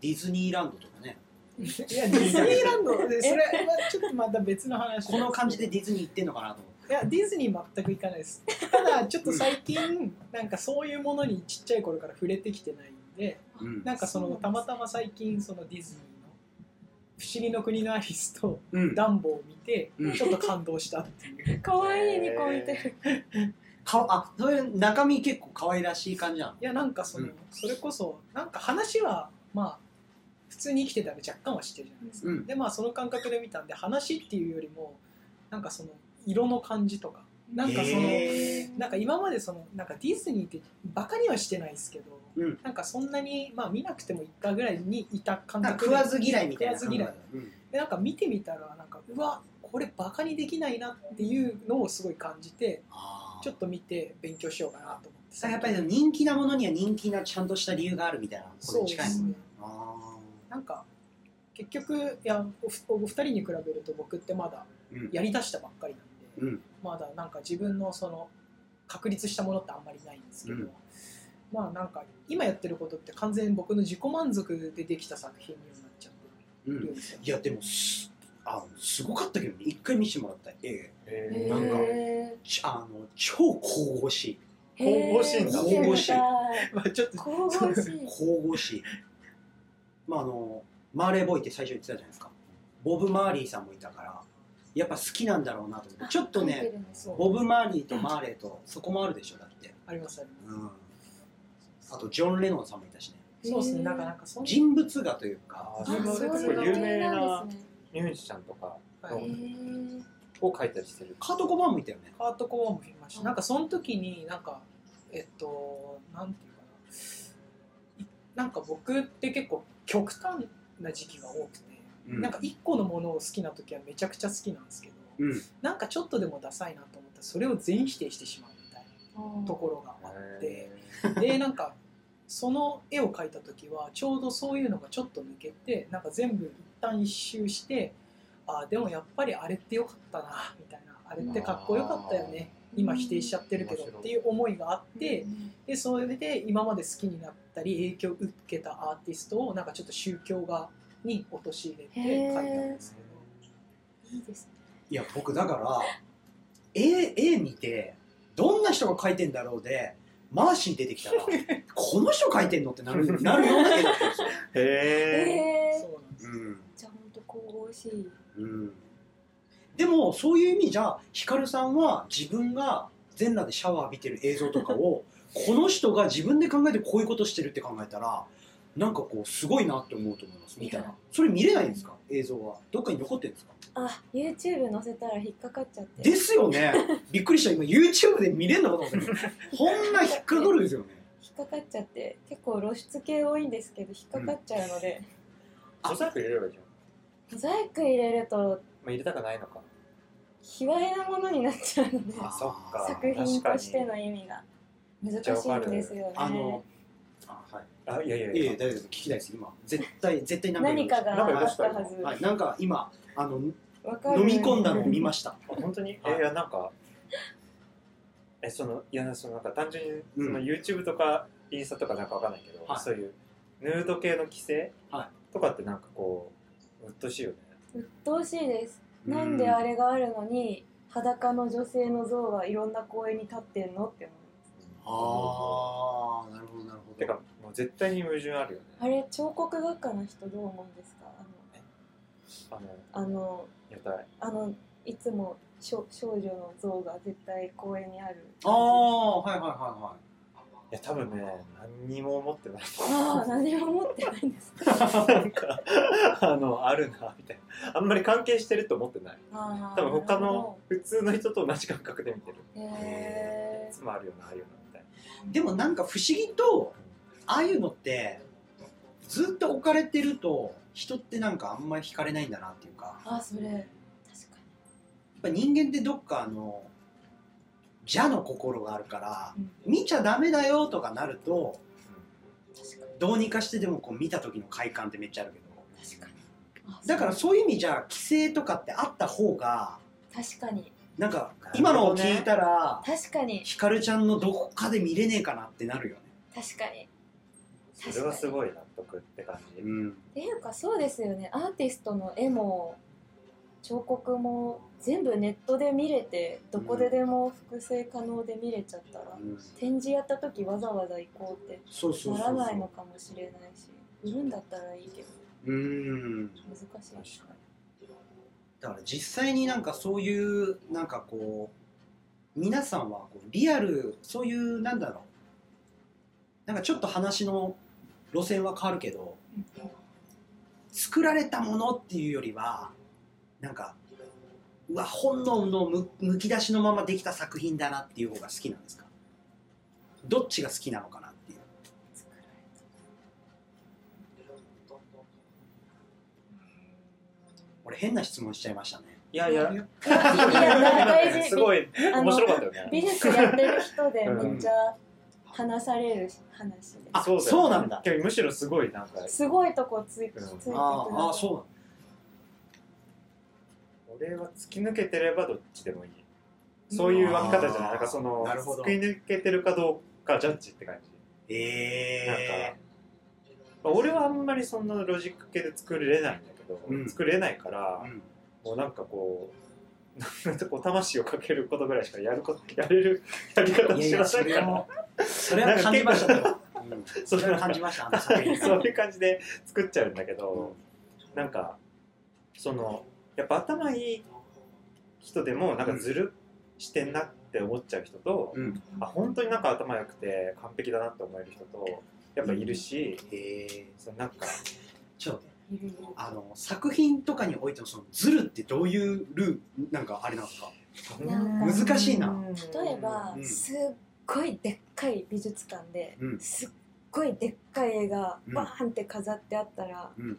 [SPEAKER 1] ディズニーランドとかね
[SPEAKER 2] いやディズニーランドでそれはちょっとまた別の話
[SPEAKER 1] この感じでディズニー行ってんのかなと思って
[SPEAKER 2] いやディズニー全く行かないですただちょっと最近なんかそういうものにちっちゃい頃から触れてきてないんで
[SPEAKER 1] うん
[SPEAKER 2] なんかその
[SPEAKER 3] そうなんです
[SPEAKER 2] たまたま最近そのディズニーの「不思議の国のアリス」と
[SPEAKER 1] うん
[SPEAKER 2] 「ダンボ」を見て
[SPEAKER 1] うん
[SPEAKER 2] ちょっと感動したっていう
[SPEAKER 3] 可愛いにこいてる、
[SPEAKER 1] かあそういう中身結構可愛らしい感じなの
[SPEAKER 2] いやなんかその、
[SPEAKER 1] うん
[SPEAKER 2] それこそなんか話はまあ普通に生きてたら若干はしてるじゃないですか、
[SPEAKER 1] うん
[SPEAKER 2] でまあその感覚で見たんで話っていうよりもなんかその色の感じとかなんかその
[SPEAKER 1] へ
[SPEAKER 2] なんか今までそのなんかディズニーってバカにはしてないですけど、
[SPEAKER 1] うん
[SPEAKER 2] なんかそんなに、まあ、見なくてもいいかぐらいにいた感
[SPEAKER 1] なんか
[SPEAKER 2] 覚
[SPEAKER 1] 食わず嫌いみたいな
[SPEAKER 2] 食わず嫌い
[SPEAKER 1] うん
[SPEAKER 2] でなんか見てみたらなんかうわこれバカにできないなっていうのをすごい感じて
[SPEAKER 1] あー
[SPEAKER 2] ちょっと見て勉強しようかなと思って
[SPEAKER 1] さやっぱりその人気なものには人気なちゃんとした理由があるみたいなこ
[SPEAKER 2] そ
[SPEAKER 1] れ
[SPEAKER 2] う
[SPEAKER 1] に
[SPEAKER 2] で
[SPEAKER 1] 近いもん
[SPEAKER 2] す
[SPEAKER 1] ね
[SPEAKER 2] ね
[SPEAKER 1] あ
[SPEAKER 2] なんか結局いやおふお二人に比べると僕ってまだ
[SPEAKER 1] ーうん
[SPEAKER 2] やりだしたばっかりなん
[SPEAKER 1] う
[SPEAKER 2] で、
[SPEAKER 1] ん
[SPEAKER 2] まだなんか自分のその確立したものってあんまりないんですけど、
[SPEAKER 1] うん
[SPEAKER 2] まあなんか今やってることって完全に僕の自己満足でできた作品になっちゃっ
[SPEAKER 1] う
[SPEAKER 2] てる
[SPEAKER 1] ん
[SPEAKER 2] んですよ、
[SPEAKER 1] いやでもすあすごかったけどね一回見せてもらった絵
[SPEAKER 4] え
[SPEAKER 3] へ
[SPEAKER 4] ー
[SPEAKER 3] ー
[SPEAKER 1] なんかちあの超神々しい
[SPEAKER 4] 神々しいんだ
[SPEAKER 3] へー見てみたい
[SPEAKER 2] まあちょっと
[SPEAKER 3] 神々しい
[SPEAKER 1] 神々しいまああのマーレーボーイって最初言ってたじゃないですかボブ・マーリーさんもいたからやっぱ好きなんだろうなと思ってちょっと
[SPEAKER 3] 書いて
[SPEAKER 1] ね
[SPEAKER 3] るんです
[SPEAKER 2] そう
[SPEAKER 1] ボブ・マーリーとマーレーとそこもあるでしょだって
[SPEAKER 2] ありますありま
[SPEAKER 1] うんあとジョン・レノンさんもいたしね
[SPEAKER 2] そうですね、なんかなんかそんな
[SPEAKER 1] 人物画というか
[SPEAKER 4] あ
[SPEAKER 3] あ、そう
[SPEAKER 4] 自分は
[SPEAKER 3] いう系
[SPEAKER 4] 結構有名
[SPEAKER 3] な
[SPEAKER 4] なん
[SPEAKER 3] ですね。
[SPEAKER 4] ミュージシャンとか
[SPEAKER 2] はい
[SPEAKER 3] へー
[SPEAKER 4] を描いたりしてる
[SPEAKER 1] カート・コバーン見たよね
[SPEAKER 2] カートコバも見ました。なんかその時になんかえっとなんていうかないなんか僕って結構極端な時期が多くて、
[SPEAKER 1] うん
[SPEAKER 2] なんか一個のものを好きな時はめちゃくちゃ好きなんですけど、
[SPEAKER 1] うん
[SPEAKER 2] なんかちょっとでもダサいなと思ったらそれを全否定してしまうみたいなところがあって。でなんかその絵を描いた時はちょうどそういうのがちょっと抜けてなんか全部一旦一周してあーでもやっぱりあれってよかったなみたいなあれってかっこよかったよね今否定しちゃってるけど
[SPEAKER 4] 面白い
[SPEAKER 2] っていう思いがあっ
[SPEAKER 3] う
[SPEAKER 2] て
[SPEAKER 3] ん
[SPEAKER 2] でそれで今まで好きになったり影響を受けたアーティストをなんかちょっと宗教画に陥れて描いたんですけど。
[SPEAKER 3] いいですね。
[SPEAKER 1] いや僕だから絵絵見てどんな人が描いてんだろうでマーシン出てきた らこの人描いてんのってなるなるような絵だったんですよ。
[SPEAKER 4] へえ
[SPEAKER 3] えー
[SPEAKER 2] そうなんです
[SPEAKER 1] うん
[SPEAKER 3] じゃあ本当神々しい。
[SPEAKER 1] うん、でもそういう意味じゃヒカルさんは自分が全裸でシャワー浴びてる映像とか をこの人が自分で考えてこういうことしてるって考えたらなんかこうすごいなって思うと思います見た
[SPEAKER 3] い
[SPEAKER 1] ら
[SPEAKER 3] や
[SPEAKER 1] それ見れないんですか映像はどっかに残ってるんですか
[SPEAKER 3] あ、YouTube 載せたら引っかかっちゃって。
[SPEAKER 1] ですよねびっくりした今 YouTube で見れんのかと思ってこんな引っかかるんですよね
[SPEAKER 3] 引っかかっちゃって、結構露出系多いんですけど引っかかっちゃうので、
[SPEAKER 4] おそらく入れればいいじゃん、
[SPEAKER 3] モザイク入れると
[SPEAKER 4] まあ、入れたくないのか
[SPEAKER 3] 卑猥なものになっちゃうので、
[SPEAKER 1] あ
[SPEAKER 4] そっか
[SPEAKER 3] 作品としての意味が難しいんですよね。
[SPEAKER 1] あのあはい
[SPEAKER 4] あいやいや
[SPEAKER 1] いえ
[SPEAKER 4] い
[SPEAKER 1] い
[SPEAKER 4] や
[SPEAKER 1] え大丈夫です聞きたいです今絶対絶対
[SPEAKER 3] 何かが
[SPEAKER 4] なんか
[SPEAKER 3] あ
[SPEAKER 4] どう
[SPEAKER 3] っ
[SPEAKER 4] したたの
[SPEAKER 3] はず。
[SPEAKER 1] はい、なんか今あの飲
[SPEAKER 3] わかる
[SPEAKER 1] み込んだのを見ました
[SPEAKER 4] あ本当に
[SPEAKER 1] はい
[SPEAKER 4] えいやなんかえそのいやそのなんか単純にその
[SPEAKER 1] うん
[SPEAKER 4] YouTube とかインスタとかなんかわかんないけど、
[SPEAKER 1] はい
[SPEAKER 4] そういうヌード系の規制
[SPEAKER 1] は
[SPEAKER 4] とかってなんかこううっとうしいよね
[SPEAKER 3] 鬱陶しいです。なんであれがあるのに裸の女性の像はいろんな公園に立ってんのって思う。
[SPEAKER 1] ああ、なるほど、なるほど。
[SPEAKER 4] てか、もう絶対に矛盾あるよね
[SPEAKER 3] あれ彫刻学科の人どう思うんですか
[SPEAKER 4] あの
[SPEAKER 3] あのあの
[SPEAKER 4] 屋台
[SPEAKER 3] あのいつも少少女の像が絶対公園にある
[SPEAKER 1] ああ、はいはいはいはい
[SPEAKER 4] や多分ね何にも思ってない
[SPEAKER 3] ああ何も持ってないんですね
[SPEAKER 4] なんかあのあるなみたいなあんまり関係してると思ってない
[SPEAKER 3] ああ
[SPEAKER 4] 多分他
[SPEAKER 3] なるほ
[SPEAKER 4] の普通の人と同じ感覚で見てる
[SPEAKER 3] どへ
[SPEAKER 4] い
[SPEAKER 3] え
[SPEAKER 4] つもあるよなあるよなみたいな。
[SPEAKER 1] でも、なんか不思議と、ああいうのって。ずっと置かれてると、人ってなんかあんまり惹かれないんだなっていうか。
[SPEAKER 3] あそれ確
[SPEAKER 1] や
[SPEAKER 3] か
[SPEAKER 1] っぱ人間ってどっかあの。邪の心があるから、
[SPEAKER 3] に、うん、
[SPEAKER 1] 見ちゃダメだよとかなると。
[SPEAKER 3] 確か
[SPEAKER 1] どうにかしてでも、こう見た時の快感ってめっちゃあるけど。
[SPEAKER 3] に確かにあ
[SPEAKER 1] だから、そういう意味じゃ、規制とかってあった方が。
[SPEAKER 3] 確かに
[SPEAKER 1] なんか
[SPEAKER 4] な、るほどね
[SPEAKER 1] 今のを聞いたら。
[SPEAKER 3] 確かに
[SPEAKER 1] ひかるちゃんのどこかで見れねえかなってなるよね。
[SPEAKER 3] 確かに
[SPEAKER 4] それはすごい納得って感じ。
[SPEAKER 1] ん。
[SPEAKER 3] っていうかそうですよねアーティストの絵も彫刻も全部ネットで見れてどこででも複製可能で見れちゃったら、展示やった時わざわざ行こうって
[SPEAKER 1] そうそうそうそう。
[SPEAKER 3] ならないのかもしれないし売るんだったらいいけど
[SPEAKER 1] うん。
[SPEAKER 3] 難しい
[SPEAKER 4] 確か
[SPEAKER 1] だから実際になんかそういうなんかこう皆さんはこうリアルそういうなんだろうなんかちょっと話の路線は変わるけど作られたものっていうよりはなんかうわ本能のむむき出しのままできた作品だなっていう方が好きなんですかどっちが好きなのかなっていう俺変な質問しちゃいましたね
[SPEAKER 4] いやいや、
[SPEAKER 3] いや大事
[SPEAKER 4] すごい
[SPEAKER 3] あの
[SPEAKER 4] 面白かったよね。
[SPEAKER 3] 美術やってる人でめっちゃ話される話で
[SPEAKER 1] あ
[SPEAKER 4] だよね
[SPEAKER 1] そうなんだ。
[SPEAKER 4] でもむしろすごいなんか、
[SPEAKER 3] すごいとこついつ
[SPEAKER 4] うん
[SPEAKER 3] いてくる
[SPEAKER 1] あーあーそう
[SPEAKER 4] 俺は突き抜けてればどっちでもいい。そういう分け方じゃない。なんかその
[SPEAKER 1] なるほど
[SPEAKER 4] 突き抜けてるかどうかジャッジって感じ。
[SPEAKER 1] え
[SPEAKER 4] なん
[SPEAKER 1] え
[SPEAKER 4] か、まあ俺はあんまりそんなロジック系で作れないんだけど、
[SPEAKER 1] うん
[SPEAKER 4] 作れないから
[SPEAKER 1] う、ん
[SPEAKER 4] もうなんかこう。なんかこう魂をかけることぐらいしかやること やれるやり方
[SPEAKER 1] いやい
[SPEAKER 4] 知ら
[SPEAKER 1] や
[SPEAKER 4] ない
[SPEAKER 1] そ
[SPEAKER 4] か
[SPEAKER 1] れ
[SPEAKER 4] ら
[SPEAKER 1] はそれは感じましたよ、うん
[SPEAKER 4] そ
[SPEAKER 1] そ
[SPEAKER 4] れ
[SPEAKER 1] れは感じましたあの作品
[SPEAKER 4] そういう感じで作っちゃうんだけど、なんかそのやっぱ頭いい人でもなんかずるしてんなって思っちゃう人と、
[SPEAKER 1] うん
[SPEAKER 4] あ本当になんか頭良くて完璧だなって思える人とやっぱいるし、
[SPEAKER 1] へえ
[SPEAKER 4] そのなんか
[SPEAKER 1] ちょっと待って
[SPEAKER 3] いるいる
[SPEAKER 1] あの作品とかにおいてもそのズルってどういうルーなんかあれなんですか
[SPEAKER 3] なんか
[SPEAKER 1] 難しいな
[SPEAKER 3] 例えば、
[SPEAKER 1] うん
[SPEAKER 3] すっごいでっかい美術館で、
[SPEAKER 1] うん
[SPEAKER 3] すっごいでっかい絵が
[SPEAKER 1] うん
[SPEAKER 3] バーンって飾ってあったら、
[SPEAKER 1] うん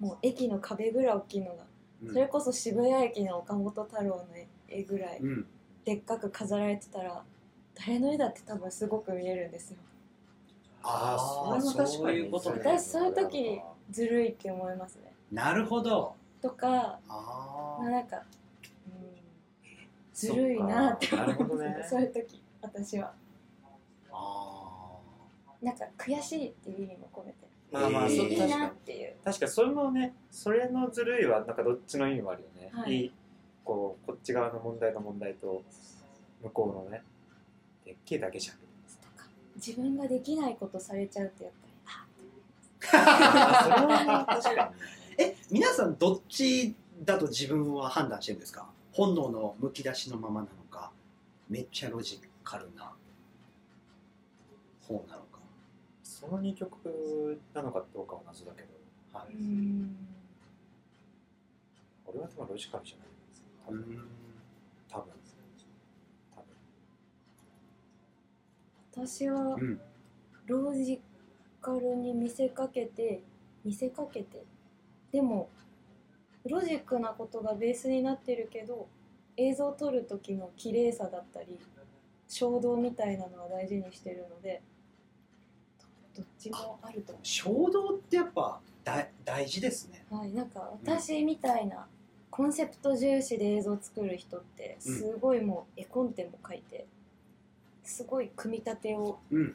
[SPEAKER 3] もう駅の壁ぐらい大きいのが、
[SPEAKER 1] うん
[SPEAKER 3] それこそ渋谷駅の岡本太郎の絵ぐらい
[SPEAKER 1] うん
[SPEAKER 3] でっかく飾られてたら誰の絵だって多分すごく見えるんですよ
[SPEAKER 1] ああそれは確かに
[SPEAKER 4] ういうことね
[SPEAKER 3] 私そういう時ずるいって思いますね
[SPEAKER 1] なるほど
[SPEAKER 3] とか
[SPEAKER 1] あ
[SPEAKER 3] まあ
[SPEAKER 1] ー
[SPEAKER 3] なんか、うん、ずるいなって思います
[SPEAKER 4] なるほど ね
[SPEAKER 3] そういう時私は
[SPEAKER 1] あ
[SPEAKER 3] なんか悔しいっていう意味も込めて
[SPEAKER 4] まあま
[SPEAKER 1] え
[SPEAKER 4] あ、
[SPEAKER 1] ー
[SPEAKER 4] そ
[SPEAKER 3] いい
[SPEAKER 4] 確か
[SPEAKER 3] な
[SPEAKER 4] に
[SPEAKER 3] っていう
[SPEAKER 4] 確かにそれのねそれのずるいはなんかどっちの意味もあるよね、
[SPEAKER 3] はい
[SPEAKER 4] いこうこっち側の問題の問題と向こうのねでっけえだけじゃ ん
[SPEAKER 3] 自分ができないことされちゃうとやっぱりあ
[SPEAKER 4] あーそれは確かに
[SPEAKER 1] え皆さんどっちだと自分は判断してるんですか本能のむき出しのままなのかめっちゃロジカルな方なのか
[SPEAKER 4] その2曲なのかどうかは謎だけど
[SPEAKER 1] はいう
[SPEAKER 3] ーん
[SPEAKER 4] 俺はでもロジカルじゃない多
[SPEAKER 1] う
[SPEAKER 4] 分
[SPEAKER 1] ん
[SPEAKER 4] 多分多分
[SPEAKER 3] 私は
[SPEAKER 1] うん
[SPEAKER 3] ロジカルに見せかけて見せかけてでもロジックなことがベースになってるけど映像を撮る時の綺麗さだったり衝動みたいなのは大事にしてるのでどどっちもあると思
[SPEAKER 1] 衝動ってやっぱ大大事ですね
[SPEAKER 3] う、はい、なんか私みたいなコンセプト重視で映像作る人ってすごいもう絵コンテも書いてすごい組み立てを
[SPEAKER 1] うん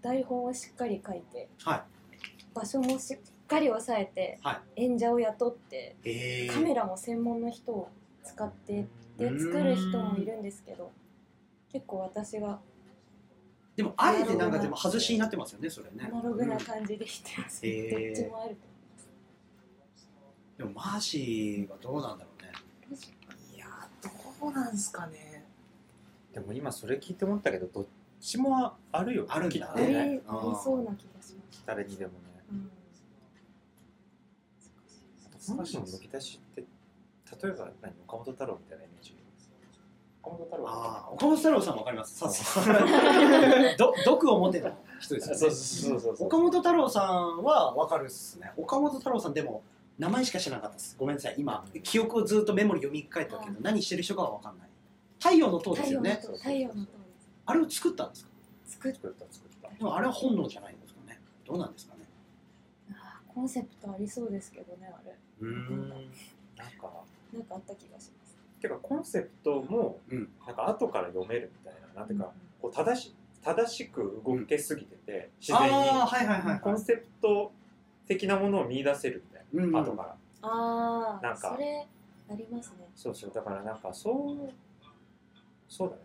[SPEAKER 3] 台本をしっかり書いて
[SPEAKER 1] は
[SPEAKER 3] 場所もしっかり押さえて、
[SPEAKER 1] は
[SPEAKER 3] 演者を雇って
[SPEAKER 1] いへえ
[SPEAKER 3] カメラも専門の人を使ってで作る人もいるんですけど結構私が
[SPEAKER 1] でもあえてなんかでも外しになってますよねそれ
[SPEAKER 3] ア
[SPEAKER 1] ね
[SPEAKER 3] ナログな感じでしてます、
[SPEAKER 1] うんへー
[SPEAKER 3] どっちもあると
[SPEAKER 1] でもマーシーはどうなんだろうね
[SPEAKER 3] ロジ
[SPEAKER 2] いやーどうなんすかね
[SPEAKER 4] でも今それ聞いて思ったけどどっちもあるよ
[SPEAKER 1] あるんだ
[SPEAKER 4] きっ
[SPEAKER 3] あ
[SPEAKER 4] と
[SPEAKER 3] り
[SPEAKER 1] ね
[SPEAKER 3] あ
[SPEAKER 4] ね
[SPEAKER 3] りそうな気がします、
[SPEAKER 4] 誰にでもね
[SPEAKER 3] うん
[SPEAKER 4] 本人の抜き出しって例えば何岡本太郎みたいなイメージ岡本太郎
[SPEAKER 1] ああ岡本太郎さんわかります
[SPEAKER 4] あ
[SPEAKER 1] ど毒を持てた人ですよ
[SPEAKER 4] そう
[SPEAKER 1] ね
[SPEAKER 4] そうそうそう
[SPEAKER 1] 岡本太郎さんはわかるっすね岡本太郎さんでも名前しか知らなかったですごめんなさい今記憶をずっとメモに読み返ったけど
[SPEAKER 3] あ
[SPEAKER 1] 何してる人かはわかんない太陽の塔で
[SPEAKER 3] 太
[SPEAKER 1] すよ
[SPEAKER 3] 陽の
[SPEAKER 1] ね
[SPEAKER 3] 塔太陽の塔
[SPEAKER 1] あれを作ったんですか
[SPEAKER 3] 作っ
[SPEAKER 4] 作った作った
[SPEAKER 1] でもあれは本能じゃないんですかねどうなんですかね
[SPEAKER 3] あーコンセプトありそうですけどねあれ
[SPEAKER 1] うーん
[SPEAKER 4] なんか
[SPEAKER 3] なんかあった気がします
[SPEAKER 4] てかコンセプトも
[SPEAKER 1] うん
[SPEAKER 4] なんか後から読めるみたいななんていうか、
[SPEAKER 3] うん
[SPEAKER 4] こう正し正しく動けすぎてて、自然
[SPEAKER 1] ああ
[SPEAKER 4] に
[SPEAKER 1] はいはいはい
[SPEAKER 4] コンセプト的なものを見出せるみたいな、
[SPEAKER 1] うん
[SPEAKER 4] 後から
[SPEAKER 3] あ
[SPEAKER 4] な
[SPEAKER 3] あ
[SPEAKER 4] んか
[SPEAKER 3] それありますね
[SPEAKER 4] そうそうだからなんかそうそうだね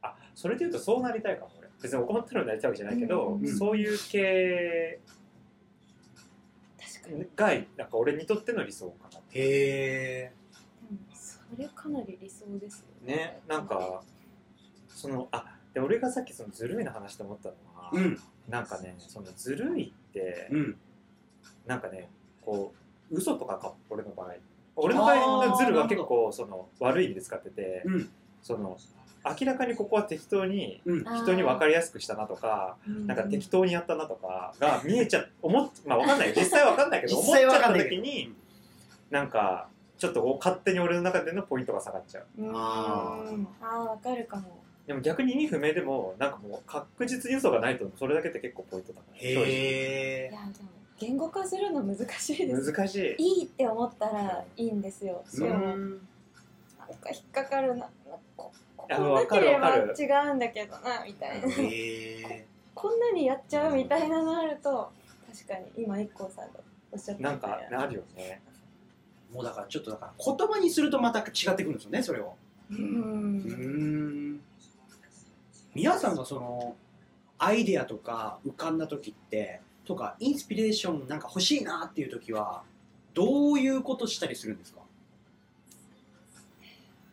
[SPEAKER 4] あそれで言うとそうなりたいかも俺別に岡本太郎になりたいわけじゃないけど、
[SPEAKER 1] うん
[SPEAKER 4] そういう系
[SPEAKER 3] 確かに
[SPEAKER 4] がなんか俺にとっての理想かなって
[SPEAKER 1] へえ
[SPEAKER 3] でもそれかなり理想ですよ
[SPEAKER 4] ねなんかそのあで俺がさっきそのずるいの話と思ったのは、
[SPEAKER 1] うん
[SPEAKER 4] なんかねそのずるいって、
[SPEAKER 1] うん
[SPEAKER 4] なんかねこう嘘とかか俺の場合俺の場合のずるは結構その悪い意味で使ってて、
[SPEAKER 1] うん
[SPEAKER 4] その明らかにここは適当に
[SPEAKER 1] うん
[SPEAKER 4] 人に分か
[SPEAKER 3] る
[SPEAKER 4] りやすくしたなとか
[SPEAKER 3] な
[SPEAKER 4] なんか適当にやったなとかが見えちゃ思っまあ分かんないよ実際は分かんないけど
[SPEAKER 1] 実
[SPEAKER 4] 思っち
[SPEAKER 1] 際
[SPEAKER 4] ゃ
[SPEAKER 1] わ
[SPEAKER 4] っ
[SPEAKER 1] かん
[SPEAKER 4] た
[SPEAKER 1] ないけ
[SPEAKER 4] 時
[SPEAKER 1] ど
[SPEAKER 4] になんかちょっとこう勝手に俺の中でのポイントが下がっちゃう
[SPEAKER 1] あー
[SPEAKER 3] あーわかるかも
[SPEAKER 4] でも逆に意味不明でもなんかもう確実に嘘がないとそれだけって結構ポイントだから
[SPEAKER 3] い
[SPEAKER 1] へえ
[SPEAKER 3] やでも言語化するの難しいです
[SPEAKER 4] 難しい
[SPEAKER 3] いいって思ったらいいんですよ
[SPEAKER 4] そ
[SPEAKER 3] で
[SPEAKER 4] う
[SPEAKER 3] もなんか引っかかるなここ
[SPEAKER 4] あ
[SPEAKER 3] こ
[SPEAKER 4] わ
[SPEAKER 3] な
[SPEAKER 4] か
[SPEAKER 3] け
[SPEAKER 4] る
[SPEAKER 3] れ
[SPEAKER 4] わか
[SPEAKER 3] ば
[SPEAKER 4] る
[SPEAKER 3] 違うんだけどなみたいな
[SPEAKER 1] へえ
[SPEAKER 3] こんなにやっちゃうみたいなのあると確かに今一 k さんがおっしゃったみた
[SPEAKER 4] ないんかあるよね
[SPEAKER 1] もうだからちょっとだから言葉にするとまた違ってくるんですよねそれを
[SPEAKER 3] う
[SPEAKER 1] うー
[SPEAKER 3] ん
[SPEAKER 1] ん皆さんがそのアイデアとか浮かんだ時ってとかインスピレーションなんか欲しいなっていう時はどういうことしたりするんですか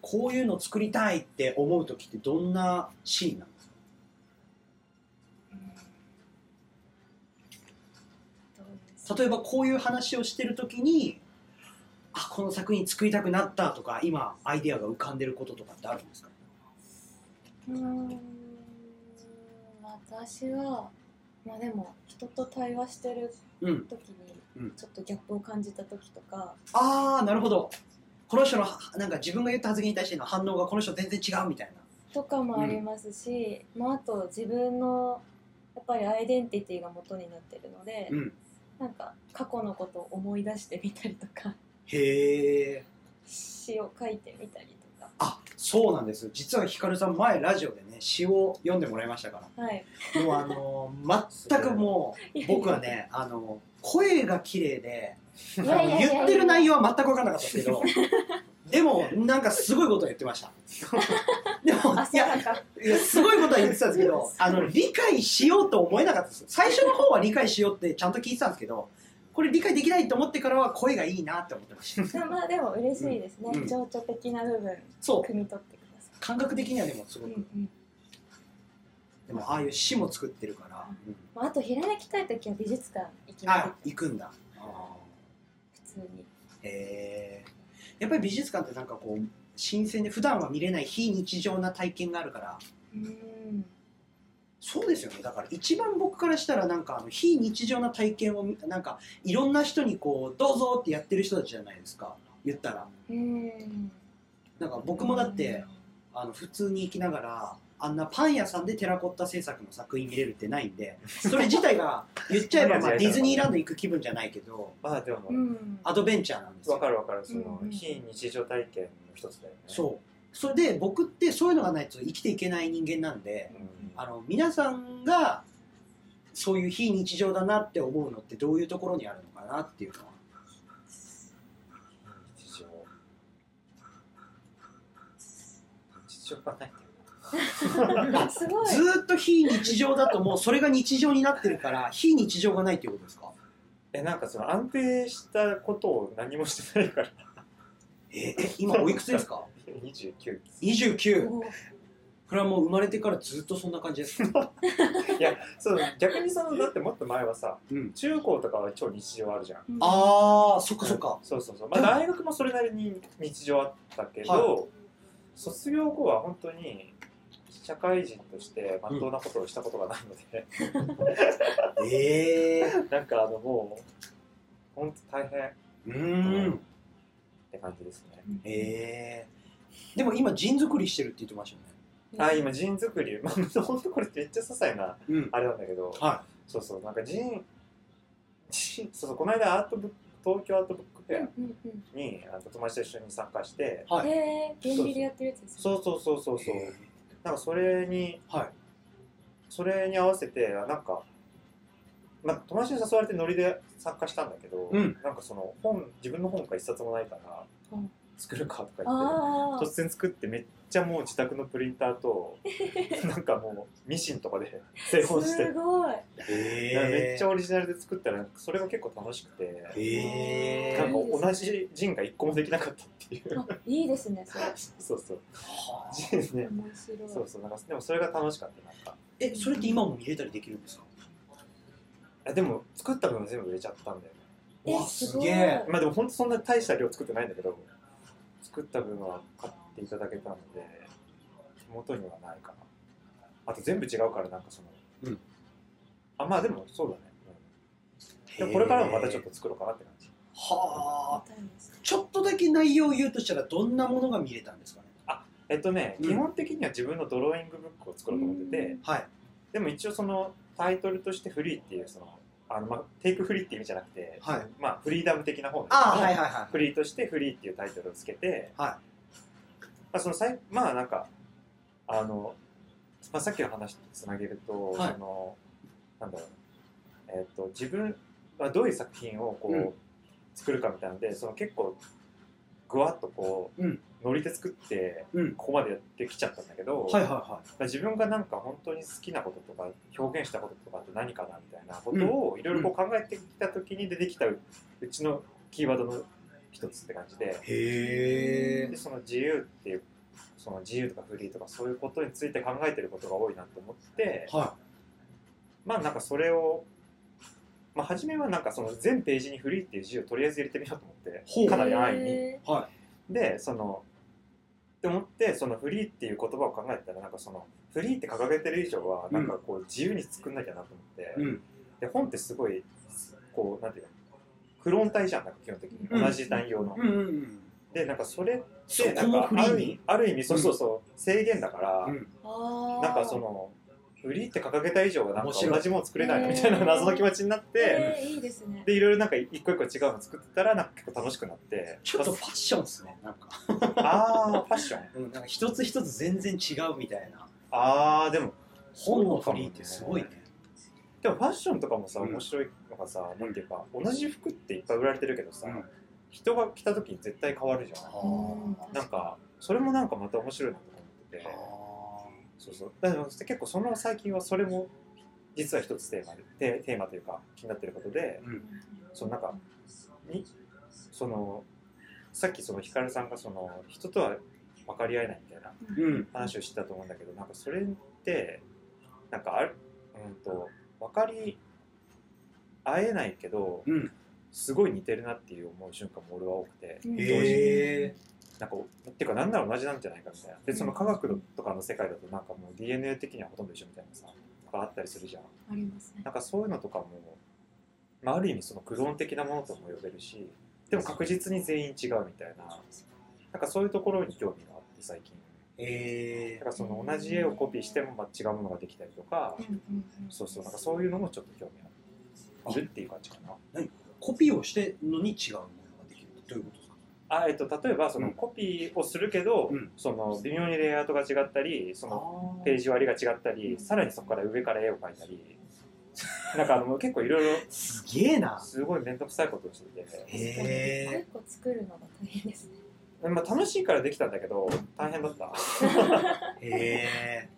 [SPEAKER 1] こういうの作りたいって思う時ってどんなシーンなんですか例えばこういう話をしてる時にあこの作品作りたくなったとか今アイデアが浮かんでることとかってあるんですか
[SPEAKER 3] うーん私はまあでも人と対話してる
[SPEAKER 1] うん
[SPEAKER 3] 時に
[SPEAKER 1] うん
[SPEAKER 3] ちょっとギャップを感じた時とか、
[SPEAKER 1] ああなるほどこの人のなんか自分が言った発言に対しての反応がこの人全然違うみたいな
[SPEAKER 3] とかもありますし、まああと自分のやっぱりアイデンティティが元になってるので、
[SPEAKER 1] うん
[SPEAKER 3] なんか過去のことを思い出してみたりとか
[SPEAKER 1] へえ
[SPEAKER 3] 詩を書いてみたりとか
[SPEAKER 1] あそうなんです実はひかるさん前ラジオでね詩を読んでもらいましたか
[SPEAKER 3] はい
[SPEAKER 1] らもうあの 全くもう僕はねあの声が綺麗で
[SPEAKER 3] いやいやいやいや
[SPEAKER 1] 言ってる内容は全く分からなかったですけどでもなんかすごいことを言ってました でもい
[SPEAKER 3] 朝
[SPEAKER 1] や
[SPEAKER 3] だか
[SPEAKER 1] いやすごいことは言ってたんですけ どあの理解しようと思えなかったです最初の方は理解しようってちゃんと聞いてたんですけどこれ理解できないと思ってからは声がいいなって思ってました
[SPEAKER 3] まあでも嬉しいですね、
[SPEAKER 1] うん
[SPEAKER 3] 情緒的な部分
[SPEAKER 1] そう
[SPEAKER 3] 汲み取ってくださ
[SPEAKER 1] 感覚的にはでもす
[SPEAKER 3] い、
[SPEAKER 1] ご
[SPEAKER 3] うん
[SPEAKER 1] く、
[SPEAKER 3] うん
[SPEAKER 1] でもああいう詩も作ってるから、
[SPEAKER 3] まあ、あとひらめきたい時は美術館行きま
[SPEAKER 1] あ
[SPEAKER 3] す
[SPEAKER 1] 行くんだあ
[SPEAKER 3] 普通に
[SPEAKER 1] ーへえやっぱり美術館ってなんかこう新鮮で普段は見れない非日常な体験があるから
[SPEAKER 3] うん
[SPEAKER 1] そうですよねだから一番僕からしたらなんかあの非日常な体験をなんかいろんな人にこうどうぞってやってる人たちじゃないですか言ったら
[SPEAKER 3] うん
[SPEAKER 1] なんか僕もだってあの普通に生きながらあんなパン屋さんでテラコッタ制作の作品見れるってないんでそれ自体 が言っちゃえばまあディズニーランド行く気分じゃないけど
[SPEAKER 4] まあでも、
[SPEAKER 3] うん
[SPEAKER 1] アドベンチャーなんですよ
[SPEAKER 4] わかるわかるその、
[SPEAKER 3] うんうん
[SPEAKER 4] 非日常体験の一つだよね
[SPEAKER 1] そうそれで僕ってそういうのがないと生きていけない人間なんで
[SPEAKER 4] うん
[SPEAKER 1] あの皆さんがそういう非日常だなって思うのってどういうところにあるのかなっていうのは
[SPEAKER 4] 非日常日常がないっていう か
[SPEAKER 3] すごい
[SPEAKER 1] ずーっと非日常だともうそれが日常になってるから非日常がないっていうことですか
[SPEAKER 4] えなんかその安定したことを何もしてない から
[SPEAKER 1] ええ今おいくつですか
[SPEAKER 4] 29
[SPEAKER 1] 29
[SPEAKER 3] お
[SPEAKER 1] これはもう生まれてからずっとそんな感じですか
[SPEAKER 4] いやそう逆にそのだってもっと前はさ
[SPEAKER 1] うん
[SPEAKER 4] 中高とかは超日常あるじゃん
[SPEAKER 3] うん
[SPEAKER 1] ああそっかそっか
[SPEAKER 4] そうそうそうまあ大学もそれなりに日常あったけど、
[SPEAKER 1] は
[SPEAKER 4] 卒業後は本当に社会人としてまっとうなことをしたことがないので、
[SPEAKER 1] ええ
[SPEAKER 4] なんかあのもう本当大変っ
[SPEAKER 1] うーん
[SPEAKER 4] て感じですね、
[SPEAKER 1] ええでも今陣作りしてるって言ってましたよね
[SPEAKER 4] あ今人作りまあ本当これめっちゃ些細な
[SPEAKER 1] うん
[SPEAKER 4] あれなんだけど
[SPEAKER 1] は
[SPEAKER 4] そうそうなんか人人そうそうこの間アートブック東京アートブックフェ
[SPEAKER 3] うんうん
[SPEAKER 4] アにあの友達と一緒に参加して
[SPEAKER 1] いは
[SPEAKER 3] うん
[SPEAKER 1] い
[SPEAKER 3] へえ原理でやってるやつですね
[SPEAKER 4] そうそうそうそうそうなんかそれに
[SPEAKER 1] はい
[SPEAKER 4] それに合わせてあなんか、まあ、友達に誘われてノリで参加したんだけど、
[SPEAKER 1] うん
[SPEAKER 4] なんかその本自分の本が一冊もないから、
[SPEAKER 3] うん
[SPEAKER 4] 作るかとか言って
[SPEAKER 3] あ
[SPEAKER 4] 突然作ってめっちゃもう自宅のプリンタ ーとなんかもうミシンとかで製
[SPEAKER 3] あ
[SPEAKER 4] 本して
[SPEAKER 3] すごい
[SPEAKER 1] え
[SPEAKER 4] なんかめっちゃ
[SPEAKER 1] ゃ
[SPEAKER 4] オリジナルで作ったらそれが結構楽しくて。
[SPEAKER 1] ええ
[SPEAKER 4] なんか同じ人が一個もできなかったっていう
[SPEAKER 3] あいいですねそれ
[SPEAKER 4] そうそう
[SPEAKER 1] はあ
[SPEAKER 4] 人ね
[SPEAKER 3] 面白い
[SPEAKER 4] そうそうなんかでもそれが楽しかったなんか
[SPEAKER 1] えそれって今も見れたりできるんですか
[SPEAKER 4] あでも作った分全部売れちゃったんだよね
[SPEAKER 3] え
[SPEAKER 1] わあ
[SPEAKER 3] すごい
[SPEAKER 1] すげえ
[SPEAKER 4] まあでも本当そんな大した量作ってないんだけど作った分は買っていただけたので手元にはないかなあと全部違うからなんかその、
[SPEAKER 1] うん
[SPEAKER 4] あまあでもそうだね、うんでこれからもまたちょっ
[SPEAKER 1] と
[SPEAKER 4] と作ろうかなって感じ
[SPEAKER 1] はあ
[SPEAKER 3] 見たいです
[SPEAKER 1] ちょっとだけ内容を言うとしたらどんなものが見れたんですかね
[SPEAKER 4] えっとね、
[SPEAKER 1] うん
[SPEAKER 4] 基本的には自分のドローイングブックを作ろうと思ってて、
[SPEAKER 3] うん
[SPEAKER 1] はい
[SPEAKER 4] でも一応そのタイトルとしてフリーっていうそのあの、まあ、テイクフリーっていう意味じゃなくて、
[SPEAKER 1] はい
[SPEAKER 4] まあフリーダム的な方なんですけど
[SPEAKER 1] ああはいはいは
[SPEAKER 4] フリーとしてフリーっていうタイトルをつけて、
[SPEAKER 1] は
[SPEAKER 4] まあ、そのさいまあなんかあの、まあ、さっきの話につなげると、
[SPEAKER 1] はい
[SPEAKER 4] そのなんだろうな、えっと自分はどういう作品をこう、
[SPEAKER 1] うん
[SPEAKER 4] 作るかみたいなのでその結構ぐわっとこう、
[SPEAKER 1] うん
[SPEAKER 4] ノリで作って
[SPEAKER 1] いうん
[SPEAKER 4] ここまでやってきちゃったんだけど、
[SPEAKER 1] はいはいは
[SPEAKER 4] まあ自分がなんか本当に好きなこととか表現したこととかって何かなみたいなことをいろいろこう考えてきた時に出てきたううちのキーワードの一つって感じで
[SPEAKER 1] いへ
[SPEAKER 4] でその自由っていうその自由とかフリーとかそういうことについて考えてることが多いなと思って
[SPEAKER 1] は
[SPEAKER 4] まあなんかそれをまあ、初めはなんかその全ページにフリーっていう字をとりあえず入れてみようと思って
[SPEAKER 1] ほう
[SPEAKER 4] かなり安易に
[SPEAKER 3] へ
[SPEAKER 1] は
[SPEAKER 4] でそのって思ってそのフリーっていう言葉を考えたらなんかそのフリーって掲げてる以上は
[SPEAKER 1] うん
[SPEAKER 4] なんかこう自由に作んなきゃなと思って、
[SPEAKER 1] い。うん。
[SPEAKER 4] で本ってすごいこうなんていうかフロン体じゃんなんか基本的に
[SPEAKER 1] うん
[SPEAKER 4] 同じ単用の、
[SPEAKER 1] うんうんうん。
[SPEAKER 4] でなんかそれ
[SPEAKER 1] そ
[SPEAKER 4] でな
[SPEAKER 1] こ
[SPEAKER 4] ん
[SPEAKER 1] も
[SPEAKER 4] か
[SPEAKER 1] フリ
[SPEAKER 4] あ
[SPEAKER 1] ー
[SPEAKER 4] る意
[SPEAKER 1] に
[SPEAKER 4] 味。ある意味そう
[SPEAKER 1] うん
[SPEAKER 4] そうそう制限だから、
[SPEAKER 1] うん
[SPEAKER 3] ーあー
[SPEAKER 4] なんかそのフリーって掲げた以上はなんか
[SPEAKER 1] 面白い
[SPEAKER 4] 同じもの作れないな
[SPEAKER 3] へー
[SPEAKER 4] みたいな謎の気持ちになって、
[SPEAKER 3] えーいいですね
[SPEAKER 4] でいろいろなんか一個一個違うの作ってたらなんか結構楽しくなって
[SPEAKER 1] ちょっとファッションですね。なんか。
[SPEAKER 4] ああファッション
[SPEAKER 1] うん、なんか一つ一つ全然違うみたいな。
[SPEAKER 4] ああでも
[SPEAKER 1] 本のフリーってすごいね。
[SPEAKER 4] でもファッションとかもさ
[SPEAKER 1] うん
[SPEAKER 4] 面白いのがさ、なんていうか同じ服っていっぱい売られてるけどさ、
[SPEAKER 1] うん
[SPEAKER 4] 人が着た時に絶対変わるじゃ
[SPEAKER 1] あ
[SPEAKER 4] ん
[SPEAKER 3] うん
[SPEAKER 1] ー
[SPEAKER 4] なんかそれもなんかまた面白いなと思ってて
[SPEAKER 1] あ
[SPEAKER 4] そうそうだから結構その最近はそれも実は一つテーマでテテーマというか気になってることで
[SPEAKER 1] ー。うん。
[SPEAKER 4] そのなんかにそのさっきそのヒカルさんがその人とは分かり合えないみたいな
[SPEAKER 1] うん。
[SPEAKER 4] 話をしてたと思うんだけどなんかそれってなんかある、うん、と分かり合えないけど
[SPEAKER 1] うん。
[SPEAKER 4] すごい似てるなっていう思う瞬間も俺は多くて
[SPEAKER 3] うん
[SPEAKER 1] へえ。
[SPEAKER 4] なんかっていうか何なら同じなんじゃないかみたいなでその科学とかの世界だとなんかもう DNA 的にはほとんど一緒みたいなさとかあったりするじゃん
[SPEAKER 3] ありますね
[SPEAKER 4] なんかそういうのとかも、まあ、ある意味そのクローン的なものとも呼べるしでも確実に全員違うみたいななんかそういうところに興味があって最近
[SPEAKER 1] え
[SPEAKER 4] だからその同じ絵をコピーしてもまあ違うものができたりとか
[SPEAKER 3] うんうんうん
[SPEAKER 4] そうそうなんかそういうのもちょっと興味あるっていう感じかな
[SPEAKER 1] コピーをしてのに違うものができるどういうことですか
[SPEAKER 4] あ、えっと、例えばその
[SPEAKER 1] うん
[SPEAKER 4] コピーをするけど、
[SPEAKER 1] うん
[SPEAKER 4] その微妙にレイアウトが違ったりその
[SPEAKER 1] あ
[SPEAKER 4] ページ割りが違ったりさらにそこから上から絵を描いたりなんかあのもう結構いろいろ
[SPEAKER 1] すげえな
[SPEAKER 4] すごい面倒くさいことをしてて。
[SPEAKER 3] 確かに
[SPEAKER 1] へー
[SPEAKER 3] 一個一個作るのが大変ですね
[SPEAKER 4] まあ、楽しいからできたんだけど大変だった
[SPEAKER 1] へえ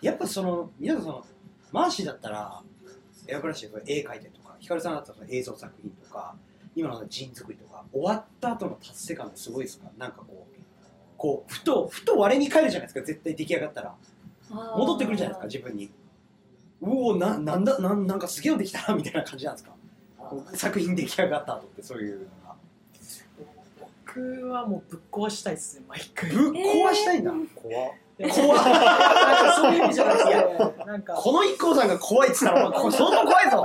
[SPEAKER 1] やっぱその皆さんそのマーシーだったらエアブラシで絵描いたりとかヒカルさんだったらその映像作品とか今の人作りとか終わった後の達成感ってすごいですかなんかこうこうふとふと我に返るじゃないですか絶対出来上がったら戻ってくるじゃないですか自分にうおななんだなんなんかすげえのできたなみたいな感じなんですかこう作品出来上がった後ってそういうのが
[SPEAKER 2] 僕はもうぶっ壊したいっすね毎回
[SPEAKER 1] ぶっ壊したいんだ、
[SPEAKER 4] 怖っ
[SPEAKER 1] 怖い
[SPEAKER 2] なんかそういう意味じゃないですねなんか
[SPEAKER 1] この IKKO さんが怖いっつったらお 前こ相当怖いぞ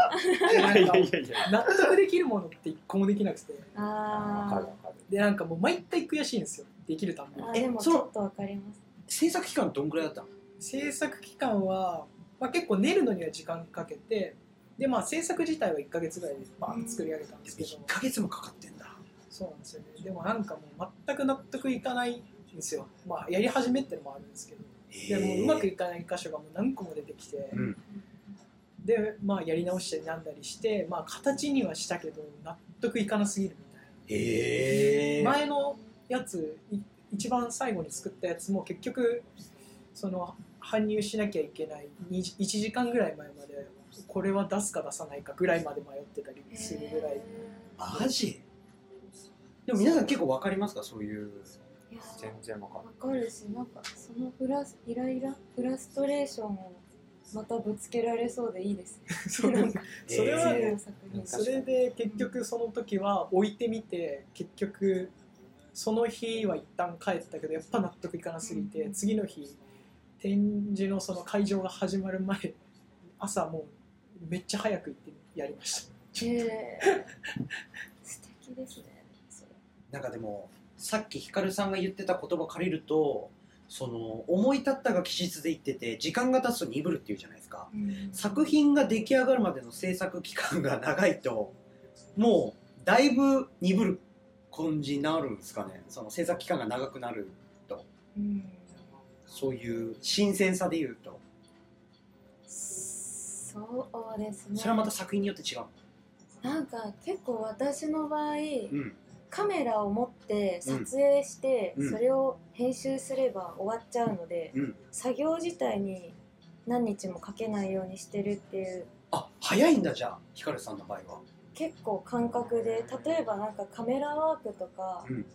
[SPEAKER 4] いやいやいやいや
[SPEAKER 2] 納得できるものって一個もできなくて
[SPEAKER 4] わか
[SPEAKER 3] あ
[SPEAKER 4] るわかる
[SPEAKER 2] でなんかもう毎回悔しいんですよできるたんび
[SPEAKER 3] ー
[SPEAKER 2] に
[SPEAKER 3] あー
[SPEAKER 1] え
[SPEAKER 3] でも
[SPEAKER 1] そ
[SPEAKER 3] ち
[SPEAKER 1] の
[SPEAKER 3] ょっとわかります
[SPEAKER 1] 制作期間どんぐらいだったの
[SPEAKER 2] 制作期間は、まあ、結構練るのには時間かけてでまあ制作自体は1か月ぐらいでバーンと作り上げたんですけど、
[SPEAKER 1] 1ヶ月もかかってんだ
[SPEAKER 2] そうなんですよねでもなんかもう全く納得いかないんですよまあやり始めってのもあるんですけどでもううまくいかない箇所がもう何個も出てきて、
[SPEAKER 1] うん
[SPEAKER 2] でまあやり直したりなんだりしてまあ形にはしたけど納得いかなすぎるみたいな
[SPEAKER 1] へえ
[SPEAKER 2] 前のやつい一番最後に作ったやつも結局その搬入しなきゃいけないに1時間ぐらい前までこれは出すか出さないかぐらいまで迷ってたりするぐらい
[SPEAKER 1] マジでも皆さん結構わかりますかそういう
[SPEAKER 3] いやー
[SPEAKER 4] 全然わかんない
[SPEAKER 3] わかるしなんかそのフラスイライラフラストレーションをまたぶつけられそうでいいですね
[SPEAKER 2] そう
[SPEAKER 3] なんか
[SPEAKER 2] それは
[SPEAKER 3] 次
[SPEAKER 2] ね
[SPEAKER 3] の作品
[SPEAKER 2] それで結局その時は置いてみて結局その日は一旦帰ったけどやっぱ納得いかなすぎて次の日展示のその会場が始まる前朝もうめっちゃ早く行ってやりました
[SPEAKER 3] へー素敵ですねそれ
[SPEAKER 1] なんかでもさっきヒカルさんが言ってた言葉借りるとその思い立ったが期日で言ってて時間が経つと鈍るっていうじゃないですか作品が出来上がるまでの制作期間が長いともうだいぶ鈍る感じになるんですかねその制作期間が長くなる
[SPEAKER 3] うん
[SPEAKER 1] そういう新鮮さで言うと
[SPEAKER 3] そうですね
[SPEAKER 1] それはまた作品によって違う
[SPEAKER 3] なんか結構私の場合
[SPEAKER 1] うん
[SPEAKER 3] カメラを持って撮影して、
[SPEAKER 1] うん
[SPEAKER 3] それを編集すれば終わっちゃうので、
[SPEAKER 1] うん
[SPEAKER 3] 作業自体に何日もかけないようにしてるっていう
[SPEAKER 1] あ早いんだじゃあヒカルさんの場合は
[SPEAKER 3] 結構感覚で例えばなんかカメラワークとか、
[SPEAKER 1] うん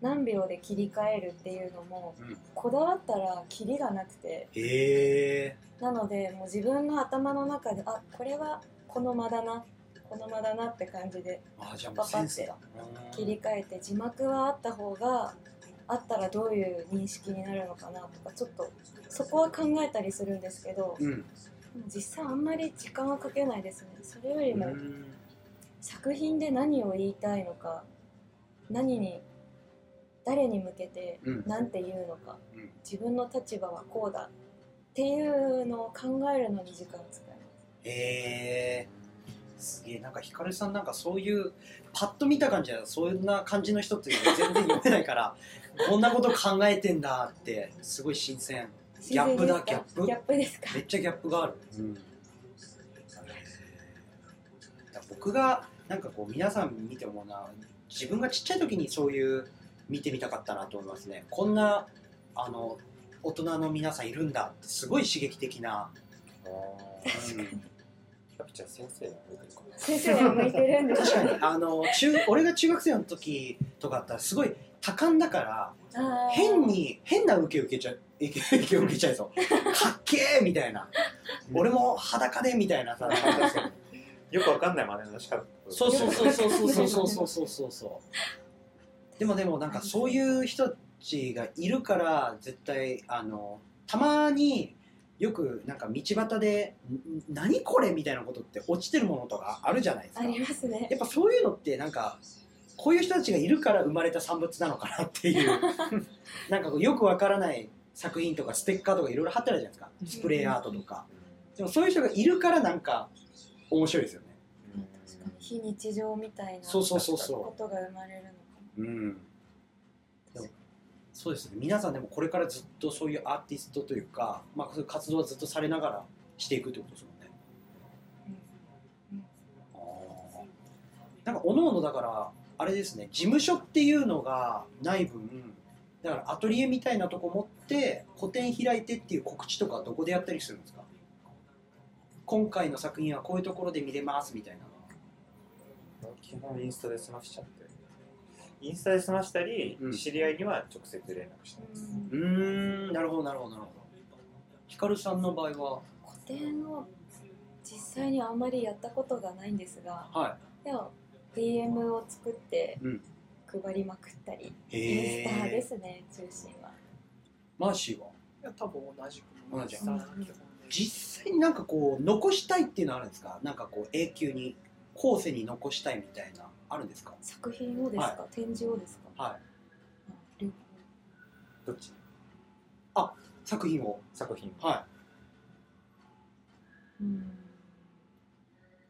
[SPEAKER 3] 何秒で切り替えるっていうのも、
[SPEAKER 1] うん
[SPEAKER 3] こだわったらキリがなくて
[SPEAKER 1] へえ
[SPEAKER 3] なのでもう自分の頭の中であこれはこの間だな子供だなって感じで
[SPEAKER 1] あじゃあもうセンスだ
[SPEAKER 3] 切り替えて字幕はあった方があったらどういう認識になるのかなとかちょっとそこは考えたりするんですけど
[SPEAKER 1] うん
[SPEAKER 3] 実際あんまり時間はかけないですねそれより
[SPEAKER 1] う
[SPEAKER 3] も
[SPEAKER 1] ん
[SPEAKER 3] 作品で何を言いたいのか何に誰に向けて
[SPEAKER 1] うん
[SPEAKER 3] 何て言うのか
[SPEAKER 1] うん
[SPEAKER 3] 自分の立場はこうだっていうのを考えるのに時間を使います
[SPEAKER 1] えー、すげえなんかヒカルさんなんかそういうパッと見た感じはそんな感じの人っていうのは全然読めないから こんなこと考えてんだってすごい新鮮ギャップだ
[SPEAKER 3] 自然ですか
[SPEAKER 1] ギ
[SPEAKER 3] ギ
[SPEAKER 1] ャ
[SPEAKER 3] ャ
[SPEAKER 1] ッ
[SPEAKER 3] ップですか
[SPEAKER 1] めっちゃギャップがある、うん、だから僕がなんかこう皆さん見て思うのは自分がちっちゃい時にそういう見てみたかったなと思いますねこんなあの大人の皆さんいるんだってすごい刺激的な、うん
[SPEAKER 4] キャプチャー先生が出てるか
[SPEAKER 3] 先生には向いてるんです
[SPEAKER 1] 確かにあの中俺が中学生の時とかだったらすごい多感だから
[SPEAKER 3] あー
[SPEAKER 1] 変に変な受け受けちゃ受け受け受けちゃいそうかっけーみたいな俺も裸でみたいなさ
[SPEAKER 4] よくわかんない真似のしか
[SPEAKER 1] そうそうそうそうそうそうそうそうそうそうでもでもなんかそういう人たちがいるから絶対あのたまによくなんか道端で「ん何これ?」みたいなことって落ちてるものとかあるじゃないです
[SPEAKER 3] あ
[SPEAKER 1] か
[SPEAKER 3] りますね
[SPEAKER 1] やっぱそういうのってなんかこういう人たちがいるから生まれた産物なのかなっていう なんかこうよくわからない作品とかステッカーとかいろいろ貼ってあるじゃないですかスプレーアートとかでもそういう人がいるからなんか面白いですよね
[SPEAKER 3] 確かに非日常みたいな
[SPEAKER 1] そう
[SPEAKER 3] こ
[SPEAKER 1] そうそうそ
[SPEAKER 3] とが生まれるのか
[SPEAKER 1] ううんでもそうですね皆さんでもこれからずっとそういうアーティストというか、まあ、そういう活動はずっとされながらしていくってことですもんねなんかおのおのだからあれですね事務所っていうのがない分だからアトリエみたいなとこ持って個展開いてっていう告知とかどこでやったりするんですか今回の作品はこういうところで見れますみたいな
[SPEAKER 4] 基本インスタで済ましちゃってインスタで済ましたり、
[SPEAKER 1] うん
[SPEAKER 4] 知り合いには直接連絡して
[SPEAKER 3] な、
[SPEAKER 4] ます、
[SPEAKER 3] うん
[SPEAKER 1] うーんなるほどなるほどなるほどヒカルさんの場合
[SPEAKER 3] 古典を実際にあんまりやったことがないんですが
[SPEAKER 1] はは
[SPEAKER 3] でも DM を作って
[SPEAKER 1] うん
[SPEAKER 3] 配りまくったり、
[SPEAKER 1] い
[SPEAKER 3] インスタで
[SPEAKER 1] え
[SPEAKER 3] すね中心は
[SPEAKER 1] マーシーはい
[SPEAKER 2] や多分同じく
[SPEAKER 1] 同じ
[SPEAKER 2] インスタ
[SPEAKER 3] うん
[SPEAKER 2] 基本で
[SPEAKER 1] 実際になんかこう残したいっていうのはあるんですかなんかこう永久に後世に残したいみたいなあるんですか
[SPEAKER 3] 作品をですか、展示をですか
[SPEAKER 1] はい
[SPEAKER 3] 両方
[SPEAKER 4] どっち
[SPEAKER 1] 作品を
[SPEAKER 4] 作品
[SPEAKER 1] は
[SPEAKER 3] うん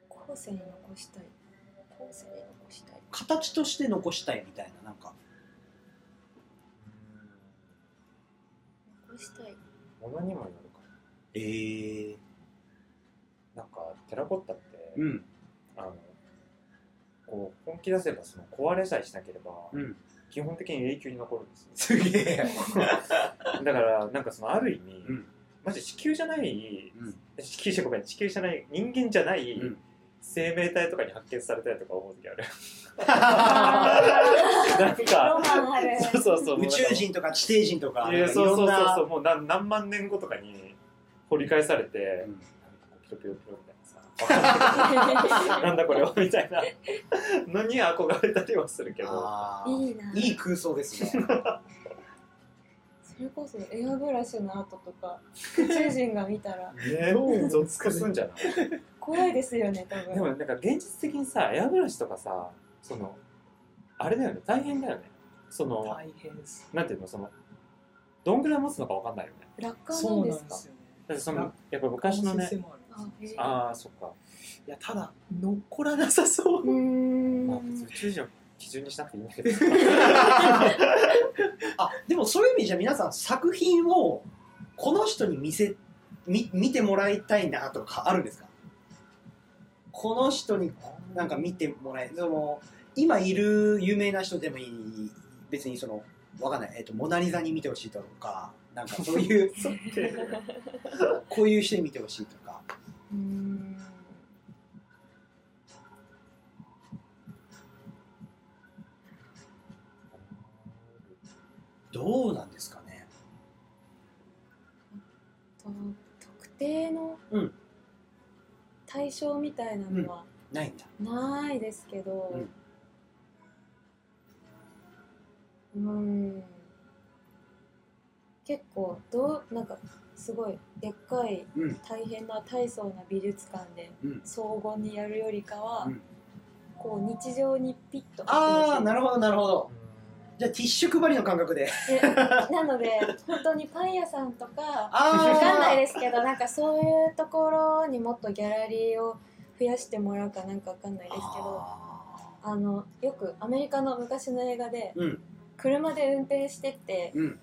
[SPEAKER 3] 後世に残したい後世に残したい
[SPEAKER 1] い形として残したいみたいななんか
[SPEAKER 3] 残 したい
[SPEAKER 4] ものにもよるか
[SPEAKER 1] えー、
[SPEAKER 4] ななんかテラコッタって、
[SPEAKER 1] うん
[SPEAKER 4] あのこう本気出せばその壊れさえしなければ、
[SPEAKER 1] うん
[SPEAKER 4] 基本的に永久に残るんですよ
[SPEAKER 1] すげえ
[SPEAKER 4] だからなんかそのある意味、
[SPEAKER 1] うん
[SPEAKER 4] マジ地球じゃない
[SPEAKER 1] うん
[SPEAKER 4] 地球じゃごめん地球じゃない人間じゃない、
[SPEAKER 1] うん
[SPEAKER 4] 生命体とかに発見されたりとか思う時あ る
[SPEAKER 3] あ
[SPEAKER 4] なん
[SPEAKER 3] ーロ
[SPEAKER 4] か
[SPEAKER 3] マンある
[SPEAKER 4] そうそうそう
[SPEAKER 1] 宇宙人とか地底人とか
[SPEAKER 4] い
[SPEAKER 1] なん
[SPEAKER 4] や
[SPEAKER 1] か
[SPEAKER 4] そ
[SPEAKER 1] いう
[SPEAKER 4] そ
[SPEAKER 1] ろん
[SPEAKER 4] うそう
[SPEAKER 1] な
[SPEAKER 4] そうもう何何万年後とかに掘り返されて、
[SPEAKER 1] うん
[SPEAKER 4] ピロピロピロみたいなさ なんだこれはみたいなのに憧れたりはするけど
[SPEAKER 1] あー
[SPEAKER 3] いいない
[SPEAKER 1] い空想ですね
[SPEAKER 3] それこそエアブラシの跡とか宇宙人が見たら
[SPEAKER 4] ねゾつくすんじゃない
[SPEAKER 3] 怖いですよね多
[SPEAKER 4] でも
[SPEAKER 3] 分
[SPEAKER 4] なんか現実的にさエアブラシとかさそのあれだよね大変だよねその
[SPEAKER 2] 大変です
[SPEAKER 4] なんていうのそのどんぐらい持つのかわかんないよね
[SPEAKER 3] 楽観な
[SPEAKER 2] そう
[SPEAKER 3] んで
[SPEAKER 2] な
[SPEAKER 3] す
[SPEAKER 2] んで
[SPEAKER 3] か
[SPEAKER 2] すよね
[SPEAKER 4] だってそのやっぱ昔のね
[SPEAKER 2] 先生もある
[SPEAKER 3] あへえ
[SPEAKER 4] ああそっか
[SPEAKER 2] いやただ残らなさそう
[SPEAKER 3] うーん
[SPEAKER 4] まあ別に宇宙人を基準にしなくていいんだけど
[SPEAKER 1] あでもそういう意味じゃ皆さん作品をこの人に見せみ見てもらいたいなとかあるんですかこの人になんか見てもらえその今いる有名な人でもいい別にそのわかんない、えっとモナ・リザに見てほしいとかなんかそういうこういう人に見てほしいとか
[SPEAKER 3] うーん
[SPEAKER 1] どうなんですかね
[SPEAKER 3] と特定の
[SPEAKER 1] うん
[SPEAKER 3] 対象みたいなのは
[SPEAKER 1] ないんだ
[SPEAKER 3] ないですけどうん結構どうなんかすごいでっかい
[SPEAKER 1] うん
[SPEAKER 3] 大変な大層な美術館で
[SPEAKER 1] うん
[SPEAKER 3] 荘厳にやるよりかは、
[SPEAKER 1] うん
[SPEAKER 3] こう日常にピッと
[SPEAKER 1] ああな
[SPEAKER 3] る
[SPEAKER 1] るほどなるほどじゃあティッシュ配りの感覚で
[SPEAKER 3] なので本当にパン屋さんとか
[SPEAKER 1] あー
[SPEAKER 3] わかんないですけどなんかそういうところにもっとギャラリーを増やしてもらうかなんかわかんないですけど
[SPEAKER 1] あ
[SPEAKER 3] あのよくアメリカの昔の映画で
[SPEAKER 1] ーうん
[SPEAKER 3] 車で運転してって
[SPEAKER 1] うん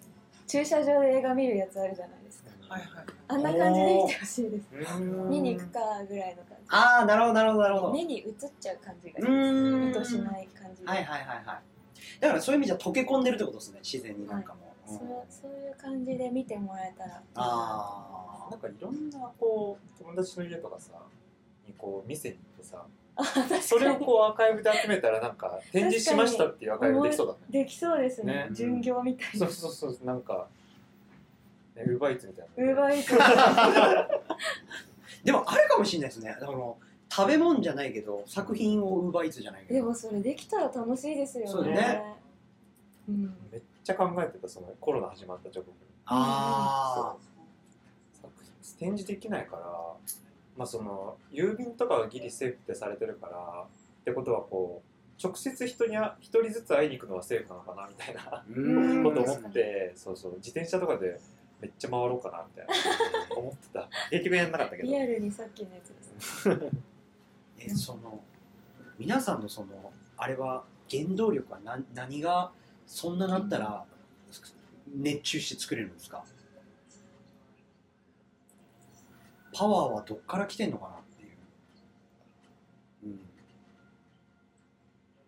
[SPEAKER 3] 駐車場で映画見るやつあるじゃないですか
[SPEAKER 2] はいはい
[SPEAKER 3] あんな感じで見てほしいです
[SPEAKER 4] うん
[SPEAKER 3] 見に行くかぐらいの感じ
[SPEAKER 1] ああなるほどなるほどなるほど
[SPEAKER 3] 目に映っちゃう感じが
[SPEAKER 1] うーん
[SPEAKER 3] 意図しない感じが
[SPEAKER 1] はいはいはいはいだからそういう意味じゃ溶け込んでるってことですね自然になんかも、う
[SPEAKER 3] そ
[SPEAKER 1] ん
[SPEAKER 3] うそういう感じで見てもらえたら
[SPEAKER 1] あ
[SPEAKER 4] なんかいろんなこう友達の家とかさにこう店に行ってさ
[SPEAKER 3] 確かに
[SPEAKER 4] それをこうアーカイブで集めたらなんか展示しましたっていうアーカイブできそうだね
[SPEAKER 3] できそうですね
[SPEAKER 4] ね
[SPEAKER 3] 巡業みたい
[SPEAKER 4] そ
[SPEAKER 3] な
[SPEAKER 4] うそうそうなんかねウーバーイーツみたいな
[SPEAKER 3] ウーバーイーツ
[SPEAKER 1] あでもあるかもしれないですねあの食べ物じゃないけど作品を奪いつじゃないけ
[SPEAKER 3] で
[SPEAKER 1] ど
[SPEAKER 3] もそれできたら楽しいですよね
[SPEAKER 1] そうだね
[SPEAKER 3] うん、
[SPEAKER 4] めっちゃ考えてたそのコロナ始まった直後に
[SPEAKER 1] あ
[SPEAKER 4] そう作品展示できないからまあその郵便とかはギリセーフってされてるからってことはこう直接人にあ一人ずつ会いに行くのはセーフなのかなみたいな
[SPEAKER 1] あうん
[SPEAKER 4] こと思ってそうそう自転車とかでめっちゃ回ろうかなみたいな思ってた結局やんなかったけど
[SPEAKER 3] リアルにさっきのやつです
[SPEAKER 1] えその皆さんのそのあれは原動力は何何がそんななったら熱中して作れるんですかパワーはどっから来てんのかなっていう、うん、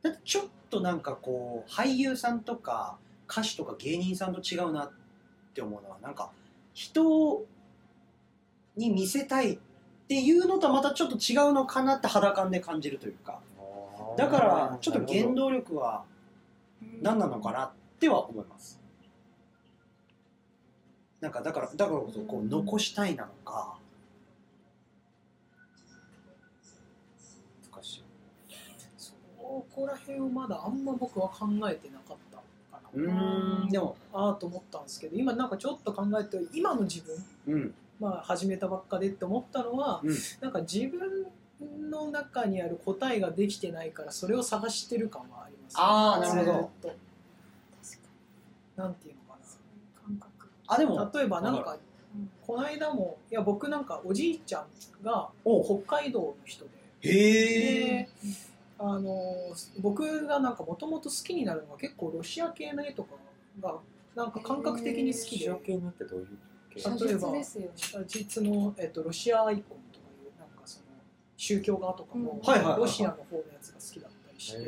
[SPEAKER 1] だってちょっとなんかこう俳優さんとか歌手とか芸人さんと違うなって思うのはなんか人に見せたいっていうのとはまたちょっと違うのかなって肌感で感じるというかだからちょっと原動力は何なのかなっては思いますなんかだからだからこそこう残したいなのか
[SPEAKER 4] 難しい
[SPEAKER 2] そこら辺をまだあんま僕は考えてなかったかな
[SPEAKER 1] うーんでも
[SPEAKER 2] ああと思ったんですけど今なんかちょっと考えて今の自分
[SPEAKER 1] うん
[SPEAKER 2] まあ始めたばっかでって思ったのは、
[SPEAKER 1] うん
[SPEAKER 2] なんか自分の中にある答えができてないからそれを探してる感はあります、
[SPEAKER 1] あーなるほど
[SPEAKER 2] ど
[SPEAKER 3] 確か
[SPEAKER 2] なんていうのか
[SPEAKER 3] にそういう感覚
[SPEAKER 1] あで
[SPEAKER 2] な
[SPEAKER 1] も
[SPEAKER 2] 例えばなん
[SPEAKER 1] わか
[SPEAKER 2] かこの間もいや僕なんかおじいちゃんが
[SPEAKER 1] おう
[SPEAKER 2] 北海道の人で
[SPEAKER 1] へえ
[SPEAKER 2] であの僕がなんかもともと好きになるのが結構ロシア系の絵とかがなんか感覚的に好きで
[SPEAKER 4] 仕分けにってどういう系
[SPEAKER 2] あ
[SPEAKER 3] 写実ですよね
[SPEAKER 2] 実の、えっとロシアアイコンとかいうなんかその宗教画とかも、
[SPEAKER 3] うん
[SPEAKER 1] はいはいはいはい
[SPEAKER 2] ロシアの方のやつが好きだったりして、
[SPEAKER 1] へえ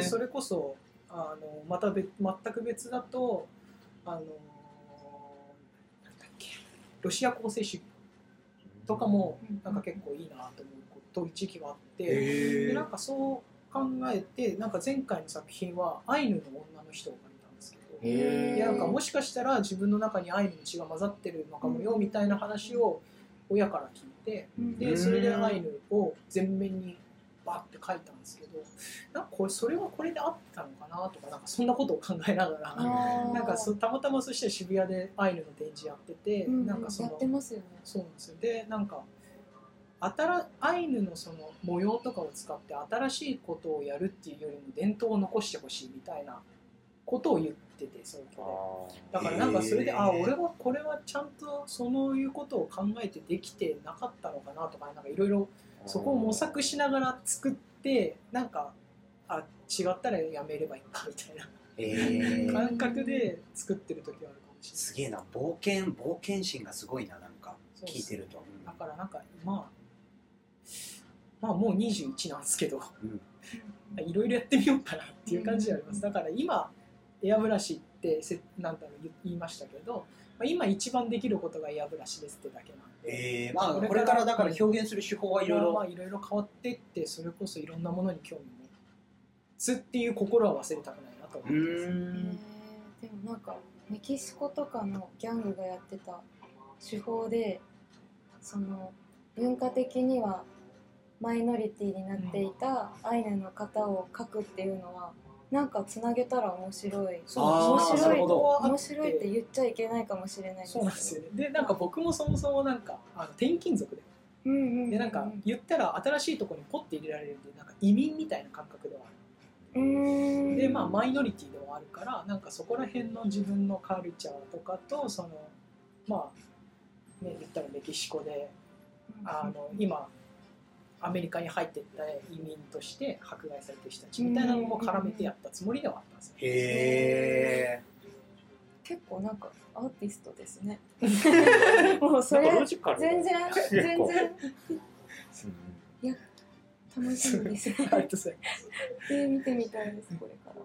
[SPEAKER 2] でそれこそあのまた別全く別だとあのなんだっけロシア構成主義とかもなんか結構いいなと思うこと一時期があって、
[SPEAKER 1] へ
[SPEAKER 2] で
[SPEAKER 1] え
[SPEAKER 2] なんかそう考えてなんか前回の作品はアイヌの女の人を借りたんですけど。
[SPEAKER 3] へー
[SPEAKER 2] いやなんかもしかしたら自分の中にアイヌの血が混ざってるのかもよみたいな話を親から聞いて
[SPEAKER 3] うん
[SPEAKER 2] でそれでアイヌを全面にバッて書いたんですけどなんかこれそれはこれで合ってたのかなとかなんかそんなことを考えなが
[SPEAKER 3] あ
[SPEAKER 2] ら
[SPEAKER 3] ー
[SPEAKER 2] なんかそたまたまそして渋谷でアイヌの展示やってて
[SPEAKER 3] うん
[SPEAKER 2] なんかそ
[SPEAKER 3] や
[SPEAKER 2] の
[SPEAKER 3] ってますよね
[SPEAKER 2] そうなんですよでなんか新アイヌのその模様とかを使って新しいことをやるっていうよりも伝統を残してほしいみたいなことを言っててそういうことで。だからなんかそれで、
[SPEAKER 1] へー
[SPEAKER 2] あ俺はこれはちゃんとそういうことを考えてできてなかったのかなとかなんかいろいろそこを模索しながら作ってなんかあ違ったらやめればいいかみたい
[SPEAKER 1] へえ
[SPEAKER 2] な感覚で作ってる時はあるかもしれない
[SPEAKER 1] すげえな冒険冒険心がすごいななんか
[SPEAKER 2] そう
[SPEAKER 1] 聞いてると
[SPEAKER 2] だからなんかまあまあもう21なんですけど
[SPEAKER 1] うん
[SPEAKER 2] いろいろやってみようかなっていう感じでありますだから今エアブラシってせなんだろう言言いましたけど、まあ、今一番できることがエアブラシですってだけなんで。
[SPEAKER 1] ええまあ
[SPEAKER 2] これ
[SPEAKER 1] これか
[SPEAKER 2] から
[SPEAKER 1] らだから表現する手法はいろい
[SPEAKER 2] まあ
[SPEAKER 1] ろ
[SPEAKER 2] いろいろ変わってってそれこそいろんなものに興味を持つっていう心は忘れたくないなと思
[SPEAKER 1] う
[SPEAKER 2] って
[SPEAKER 1] ー
[SPEAKER 3] へ
[SPEAKER 1] ん
[SPEAKER 3] ーでもなんかメキシコとかのギャングがやってた手法でその文化的にはマイノリティになっていたアイヌの方を書くっていうのはなんかつなげたら面白い
[SPEAKER 2] そう
[SPEAKER 1] あー
[SPEAKER 2] 面白
[SPEAKER 1] ないるほど
[SPEAKER 2] ここはあ
[SPEAKER 3] 面白いって言っちゃいけないかもしれない
[SPEAKER 2] そうなんですよねでなんか僕もそもそもなんかあの転勤族で
[SPEAKER 3] うんうんうん
[SPEAKER 2] でなんか言ったら新しいところにポッて入れられるんでなんか移民みたいな感覚ではあ
[SPEAKER 3] うー
[SPEAKER 2] る
[SPEAKER 3] ん
[SPEAKER 2] でまあマイノリティではあるからなんかそこら辺の自分のカルチャーとかとそのまあね言ったらメキシコであの今アメリカに入っていった移民として迫害されてる人たちみたいなのも絡めてやったつもりではあったんですよ
[SPEAKER 1] へ
[SPEAKER 3] 結構なんかアーティストです ねもうそ
[SPEAKER 4] なんか
[SPEAKER 3] れ
[SPEAKER 4] ロジカル
[SPEAKER 3] 全然全然
[SPEAKER 4] うん
[SPEAKER 3] 楽しみです
[SPEAKER 2] あ りがとうございます
[SPEAKER 3] で見てみたいですこれから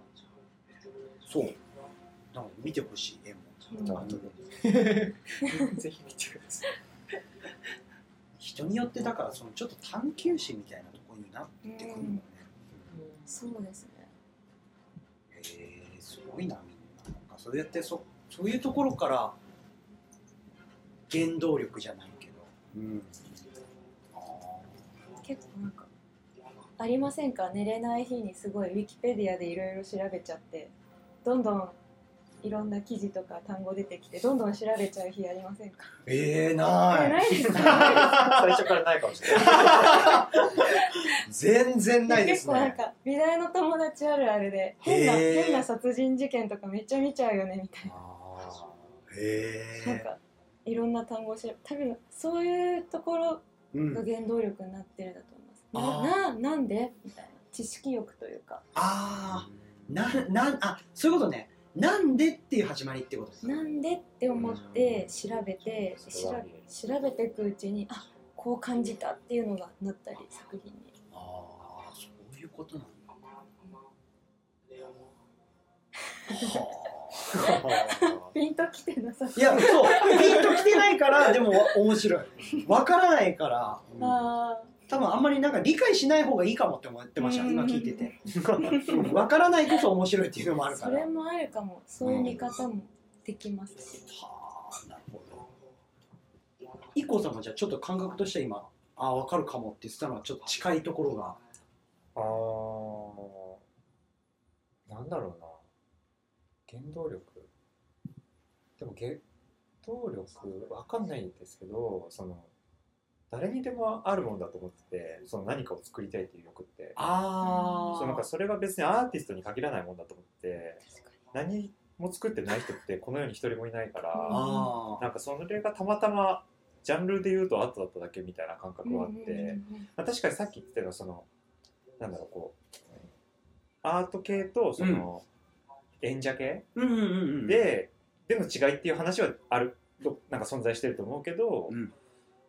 [SPEAKER 1] えそうなんか見てほしい絵も
[SPEAKER 3] うん
[SPEAKER 1] 後で
[SPEAKER 2] ぜひ見てください。
[SPEAKER 1] 人によってだからそのちょっと探求心みたいなところになってくるのね、
[SPEAKER 3] そうですね
[SPEAKER 1] へえすごいなみんななんかそうやってそそういうところから原動力じゃないけど、うん、あ
[SPEAKER 3] 結構なんかありませんか寝れない日にすごいウィキペディアでいろいろ調べちゃってどんどんいろんな記事とか単語出てきてどんどん調べちゃう日ありませんか
[SPEAKER 1] ーえー、な
[SPEAKER 3] えないいですか
[SPEAKER 4] 最初からないかもしれない。
[SPEAKER 1] 全然ないで
[SPEAKER 3] 結
[SPEAKER 1] す
[SPEAKER 3] 構なん
[SPEAKER 1] ね
[SPEAKER 3] か美大の友達あるあるで変な
[SPEAKER 1] へー
[SPEAKER 3] 変な殺人事件とかめっちゃ見ちゃうよねみたい
[SPEAKER 1] あー
[SPEAKER 3] ななん
[SPEAKER 1] へえ
[SPEAKER 3] かいろんな単語しら多分そういうところ
[SPEAKER 1] うん
[SPEAKER 3] が原動力になってるんだと思います、なななんでみたいな知識欲というか
[SPEAKER 1] あーななんあそういうことねなんでっていう始まりってことですね
[SPEAKER 3] なんでって思って調べて
[SPEAKER 4] うん
[SPEAKER 3] 調べ調べていくうちにあこう感じたっていうのがなったり作品に
[SPEAKER 1] ああそういうことなんだはあ
[SPEAKER 3] ピンときてなさそ
[SPEAKER 1] いうやそうピンときてないからでも面白いわからないから
[SPEAKER 3] あ
[SPEAKER 1] 多分あんまりなんか理解しない方がいいかもって思ってました
[SPEAKER 3] うん
[SPEAKER 1] 今聞いててわからないこそ面白いっていうのもあ
[SPEAKER 3] あ
[SPEAKER 1] るか
[SPEAKER 3] そ
[SPEAKER 1] ら
[SPEAKER 3] れ
[SPEAKER 1] は
[SPEAKER 3] もあるかもそういう見方もできますし
[SPEAKER 1] あなるほど IKKO さんもじゃあちょっと感覚としては今ああ分かるかもって言ってたのはちょっと近いところが
[SPEAKER 4] あーなんだろうな原動力でも原動力わかんないんですけどその誰にでもあるものだと思っててその何かを作りたいっていう欲って
[SPEAKER 1] あ
[SPEAKER 4] そうなんかそれが別にアーティストに限らないもんだと思って何も作ってない人ってこの世に一人もいないから
[SPEAKER 1] ああ
[SPEAKER 4] なんかそれがたまたまジャンルで言うとアートだっただけみたいな感覚はあって。まあ、確かにさっき言ってたのはそのなんだろうこうアート系とその、演者系
[SPEAKER 1] うんうんうんうん
[SPEAKER 4] で、での違いっていう話はあるとなんか存在してると思うけど、
[SPEAKER 1] うん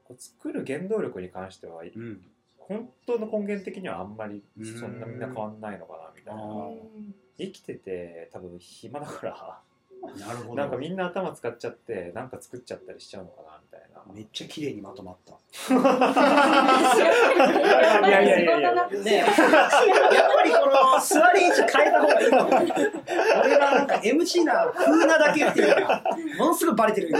[SPEAKER 4] こう作る原動力に関しては
[SPEAKER 1] うん
[SPEAKER 4] 本当の根源的にはあんまり
[SPEAKER 1] うん
[SPEAKER 4] そんなみんな変わんないのかなみたい
[SPEAKER 1] あ
[SPEAKER 4] な
[SPEAKER 1] ー
[SPEAKER 4] 生きてて多分暇だから
[SPEAKER 1] なるほど
[SPEAKER 4] なんかみんな頭使っちゃってなんか作っちゃったりしちゃうのかなみたいな。
[SPEAKER 1] めっちゃ綺麗にまとまった
[SPEAKER 4] いやいやいやい
[SPEAKER 1] ね、
[SPEAKER 4] や
[SPEAKER 1] やっぱりこの座り位置変えた方がいいかも。俺がなんか MC な風なだけっていうのが、ものすごいバレてるよ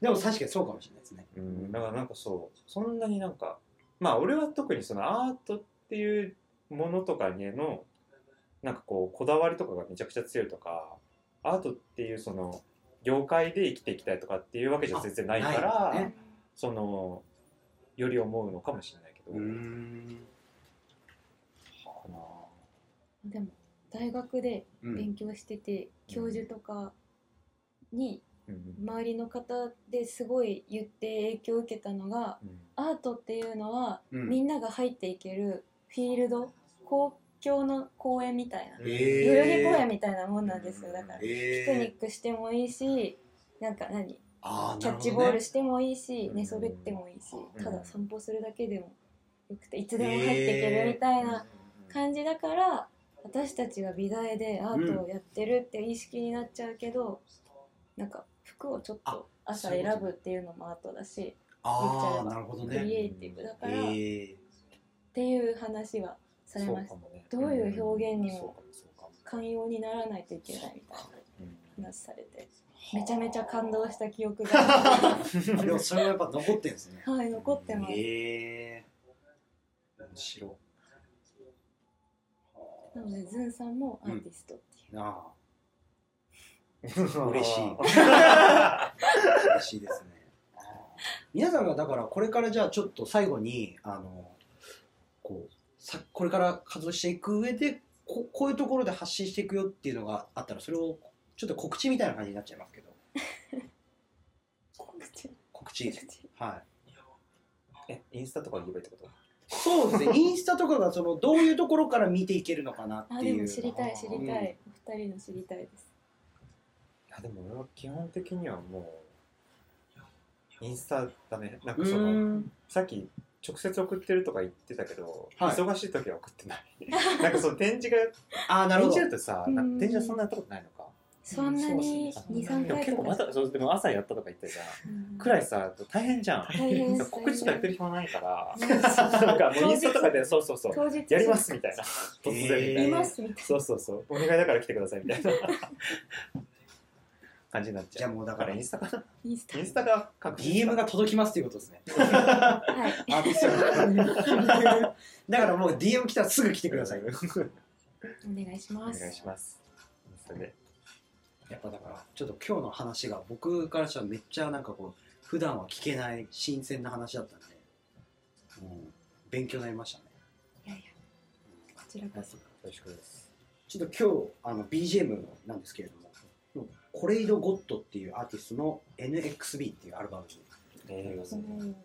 [SPEAKER 1] でも確かにそうかもしれないですね。
[SPEAKER 4] うん、だからなんかそうそんなになんかまあ俺は特にそのアートっていうものとかにのなんかこうこだわりとかがめちゃくちゃ強いとかアートっていうその業界で生きていきたいとかっていうわけじゃ全然ないから
[SPEAKER 1] あないよね
[SPEAKER 4] そのより思うのかもしれないけど、
[SPEAKER 1] ん。
[SPEAKER 4] かな
[SPEAKER 3] でも大学で
[SPEAKER 1] うん
[SPEAKER 3] 勉強してて、教授とかに
[SPEAKER 4] うん
[SPEAKER 3] 周りの方ですごい言って影響を受けたのが
[SPEAKER 4] うん
[SPEAKER 3] アートっていうのは
[SPEAKER 1] うん
[SPEAKER 3] みんなが入っていけるフィールド公共の公園みたいな、
[SPEAKER 1] え
[SPEAKER 3] 代々木公園みたいなもんなんですよだから、ピクニ
[SPEAKER 1] えー
[SPEAKER 3] ックしてもいいしなんか何
[SPEAKER 1] あー
[SPEAKER 3] キ
[SPEAKER 1] なるほど
[SPEAKER 3] ャッ
[SPEAKER 1] ね
[SPEAKER 3] チボールしてもいいし、
[SPEAKER 4] うん
[SPEAKER 3] 寝そべってもいいし、
[SPEAKER 4] うん
[SPEAKER 3] ただ散歩するだけでもよくていつでも入っていけるみたいな感じだから私たちが美大でアートをやってるっていう意識になっちゃうけど、なんか服をちょっと朝選ぶっていうのもアートだし、
[SPEAKER 1] ああ、なるほど
[SPEAKER 3] クリ
[SPEAKER 1] ね。
[SPEAKER 3] エイティブだから、っ
[SPEAKER 1] え
[SPEAKER 3] ていう話はされ
[SPEAKER 4] そう
[SPEAKER 3] まし
[SPEAKER 4] か
[SPEAKER 3] た
[SPEAKER 4] もね
[SPEAKER 3] どういう表現にも
[SPEAKER 4] そうかもそうかも
[SPEAKER 3] 寛容にならないといけないみたいな
[SPEAKER 4] うん
[SPEAKER 3] 話されてめちゃめちゃ感動した記憶が は
[SPEAKER 1] でもそれはやっぱ残ってるんですね
[SPEAKER 3] い残ってます、
[SPEAKER 1] へえ面白い
[SPEAKER 3] なのでズンさんもアーティストっていう、
[SPEAKER 1] なあ
[SPEAKER 4] 嬉
[SPEAKER 1] しい嬉しいですね皆さんがだからこれからじゃあちょっと最後にあのこうさこれから活動していく上でここういうところで発信していくよっていうのがあったらそれをちょっと告知みたいな感じになっちゃいますけど
[SPEAKER 3] 口
[SPEAKER 1] 告知
[SPEAKER 3] 口
[SPEAKER 1] はい
[SPEAKER 4] えインスタとか言えばいいってこと
[SPEAKER 1] そうですね インスタとかがそのどういうところから見ていけるのかなっ
[SPEAKER 3] あ
[SPEAKER 1] てい
[SPEAKER 3] で
[SPEAKER 1] う
[SPEAKER 3] も知りたい知りたい、お二人の知りたいです
[SPEAKER 4] いやでも俺は基本的にはもうインスタだねなん
[SPEAKER 1] う
[SPEAKER 4] かその
[SPEAKER 1] ーん
[SPEAKER 4] さっき直接送ってるとか言ってたけど、
[SPEAKER 1] はい
[SPEAKER 4] 忙しい時は送ってない なんかその展示が
[SPEAKER 1] あなるほ
[SPEAKER 4] 展
[SPEAKER 1] ど
[SPEAKER 4] 示やとさ
[SPEAKER 3] うん
[SPEAKER 4] なんか展示はそんなやったことないのか
[SPEAKER 3] そんなに
[SPEAKER 2] そう
[SPEAKER 3] 二
[SPEAKER 2] ですね
[SPEAKER 3] 三
[SPEAKER 4] でも
[SPEAKER 3] 回
[SPEAKER 4] 結
[SPEAKER 3] と
[SPEAKER 4] 構
[SPEAKER 3] か
[SPEAKER 4] まだそうでも朝やったとか言ってた
[SPEAKER 3] うん
[SPEAKER 4] くらいさ大変じゃん
[SPEAKER 3] 大変です
[SPEAKER 4] 告知とかやってる暇ないから
[SPEAKER 3] な
[SPEAKER 4] なんかもうインスタとかでそうそうそう
[SPEAKER 3] 当日
[SPEAKER 4] やりますみたいな
[SPEAKER 1] へ
[SPEAKER 4] 突
[SPEAKER 1] ー
[SPEAKER 4] 然みた
[SPEAKER 3] い
[SPEAKER 4] いな
[SPEAKER 3] ますみたい
[SPEAKER 4] そうそうそうお願いだから来てくださいみ たいな感じになっち
[SPEAKER 1] じ
[SPEAKER 4] ゃ
[SPEAKER 1] ゃ
[SPEAKER 4] う
[SPEAKER 1] あもうだ
[SPEAKER 4] だ
[SPEAKER 1] か
[SPEAKER 4] から
[SPEAKER 1] ら
[SPEAKER 4] インスタか
[SPEAKER 3] なインスタ
[SPEAKER 4] インスタが確実
[SPEAKER 1] DM が届きますということです ね
[SPEAKER 3] はい
[SPEAKER 1] あですよね だからもう DM 来たらすぐ来てください。
[SPEAKER 3] お願いし
[SPEAKER 4] お
[SPEAKER 3] ます
[SPEAKER 4] 願いします。それで、
[SPEAKER 1] やっぱだから、ちょっと今日の話が僕からしたらめっちゃなんかこう、普段は聞けない新鮮な話だったんで、うん、勉強になりましたね。
[SPEAKER 3] いやいやこちらこそ
[SPEAKER 4] よろしくです。
[SPEAKER 1] ちょっと今日、あの、BGM なんですけれども、コレイド・ゴットっていうアーティストの NXB っていうアルバムに
[SPEAKER 4] え
[SPEAKER 3] うん
[SPEAKER 4] ー
[SPEAKER 1] ちょ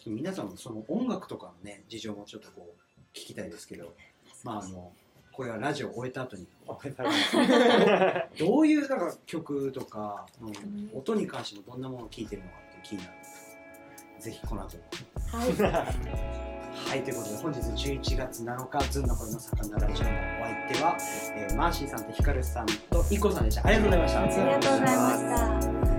[SPEAKER 1] っと皆さんのその音楽とかのね、事情もちょっとこう、聞きたいですけど、まああの、これはラジオを終えた後に、
[SPEAKER 4] おめでとうございます
[SPEAKER 1] どういうだから曲とか、うん
[SPEAKER 3] ん
[SPEAKER 1] 音に関してもどんなものを聴いてるのかっていう気になるんですぜひこの後も
[SPEAKER 3] はい
[SPEAKER 1] はいということで本日11月7日ずんのこれの魚ラジオのお相手は、えーマーシーさんとヒカルさんとイコさんでしたありがとうございました
[SPEAKER 3] ありがとうございました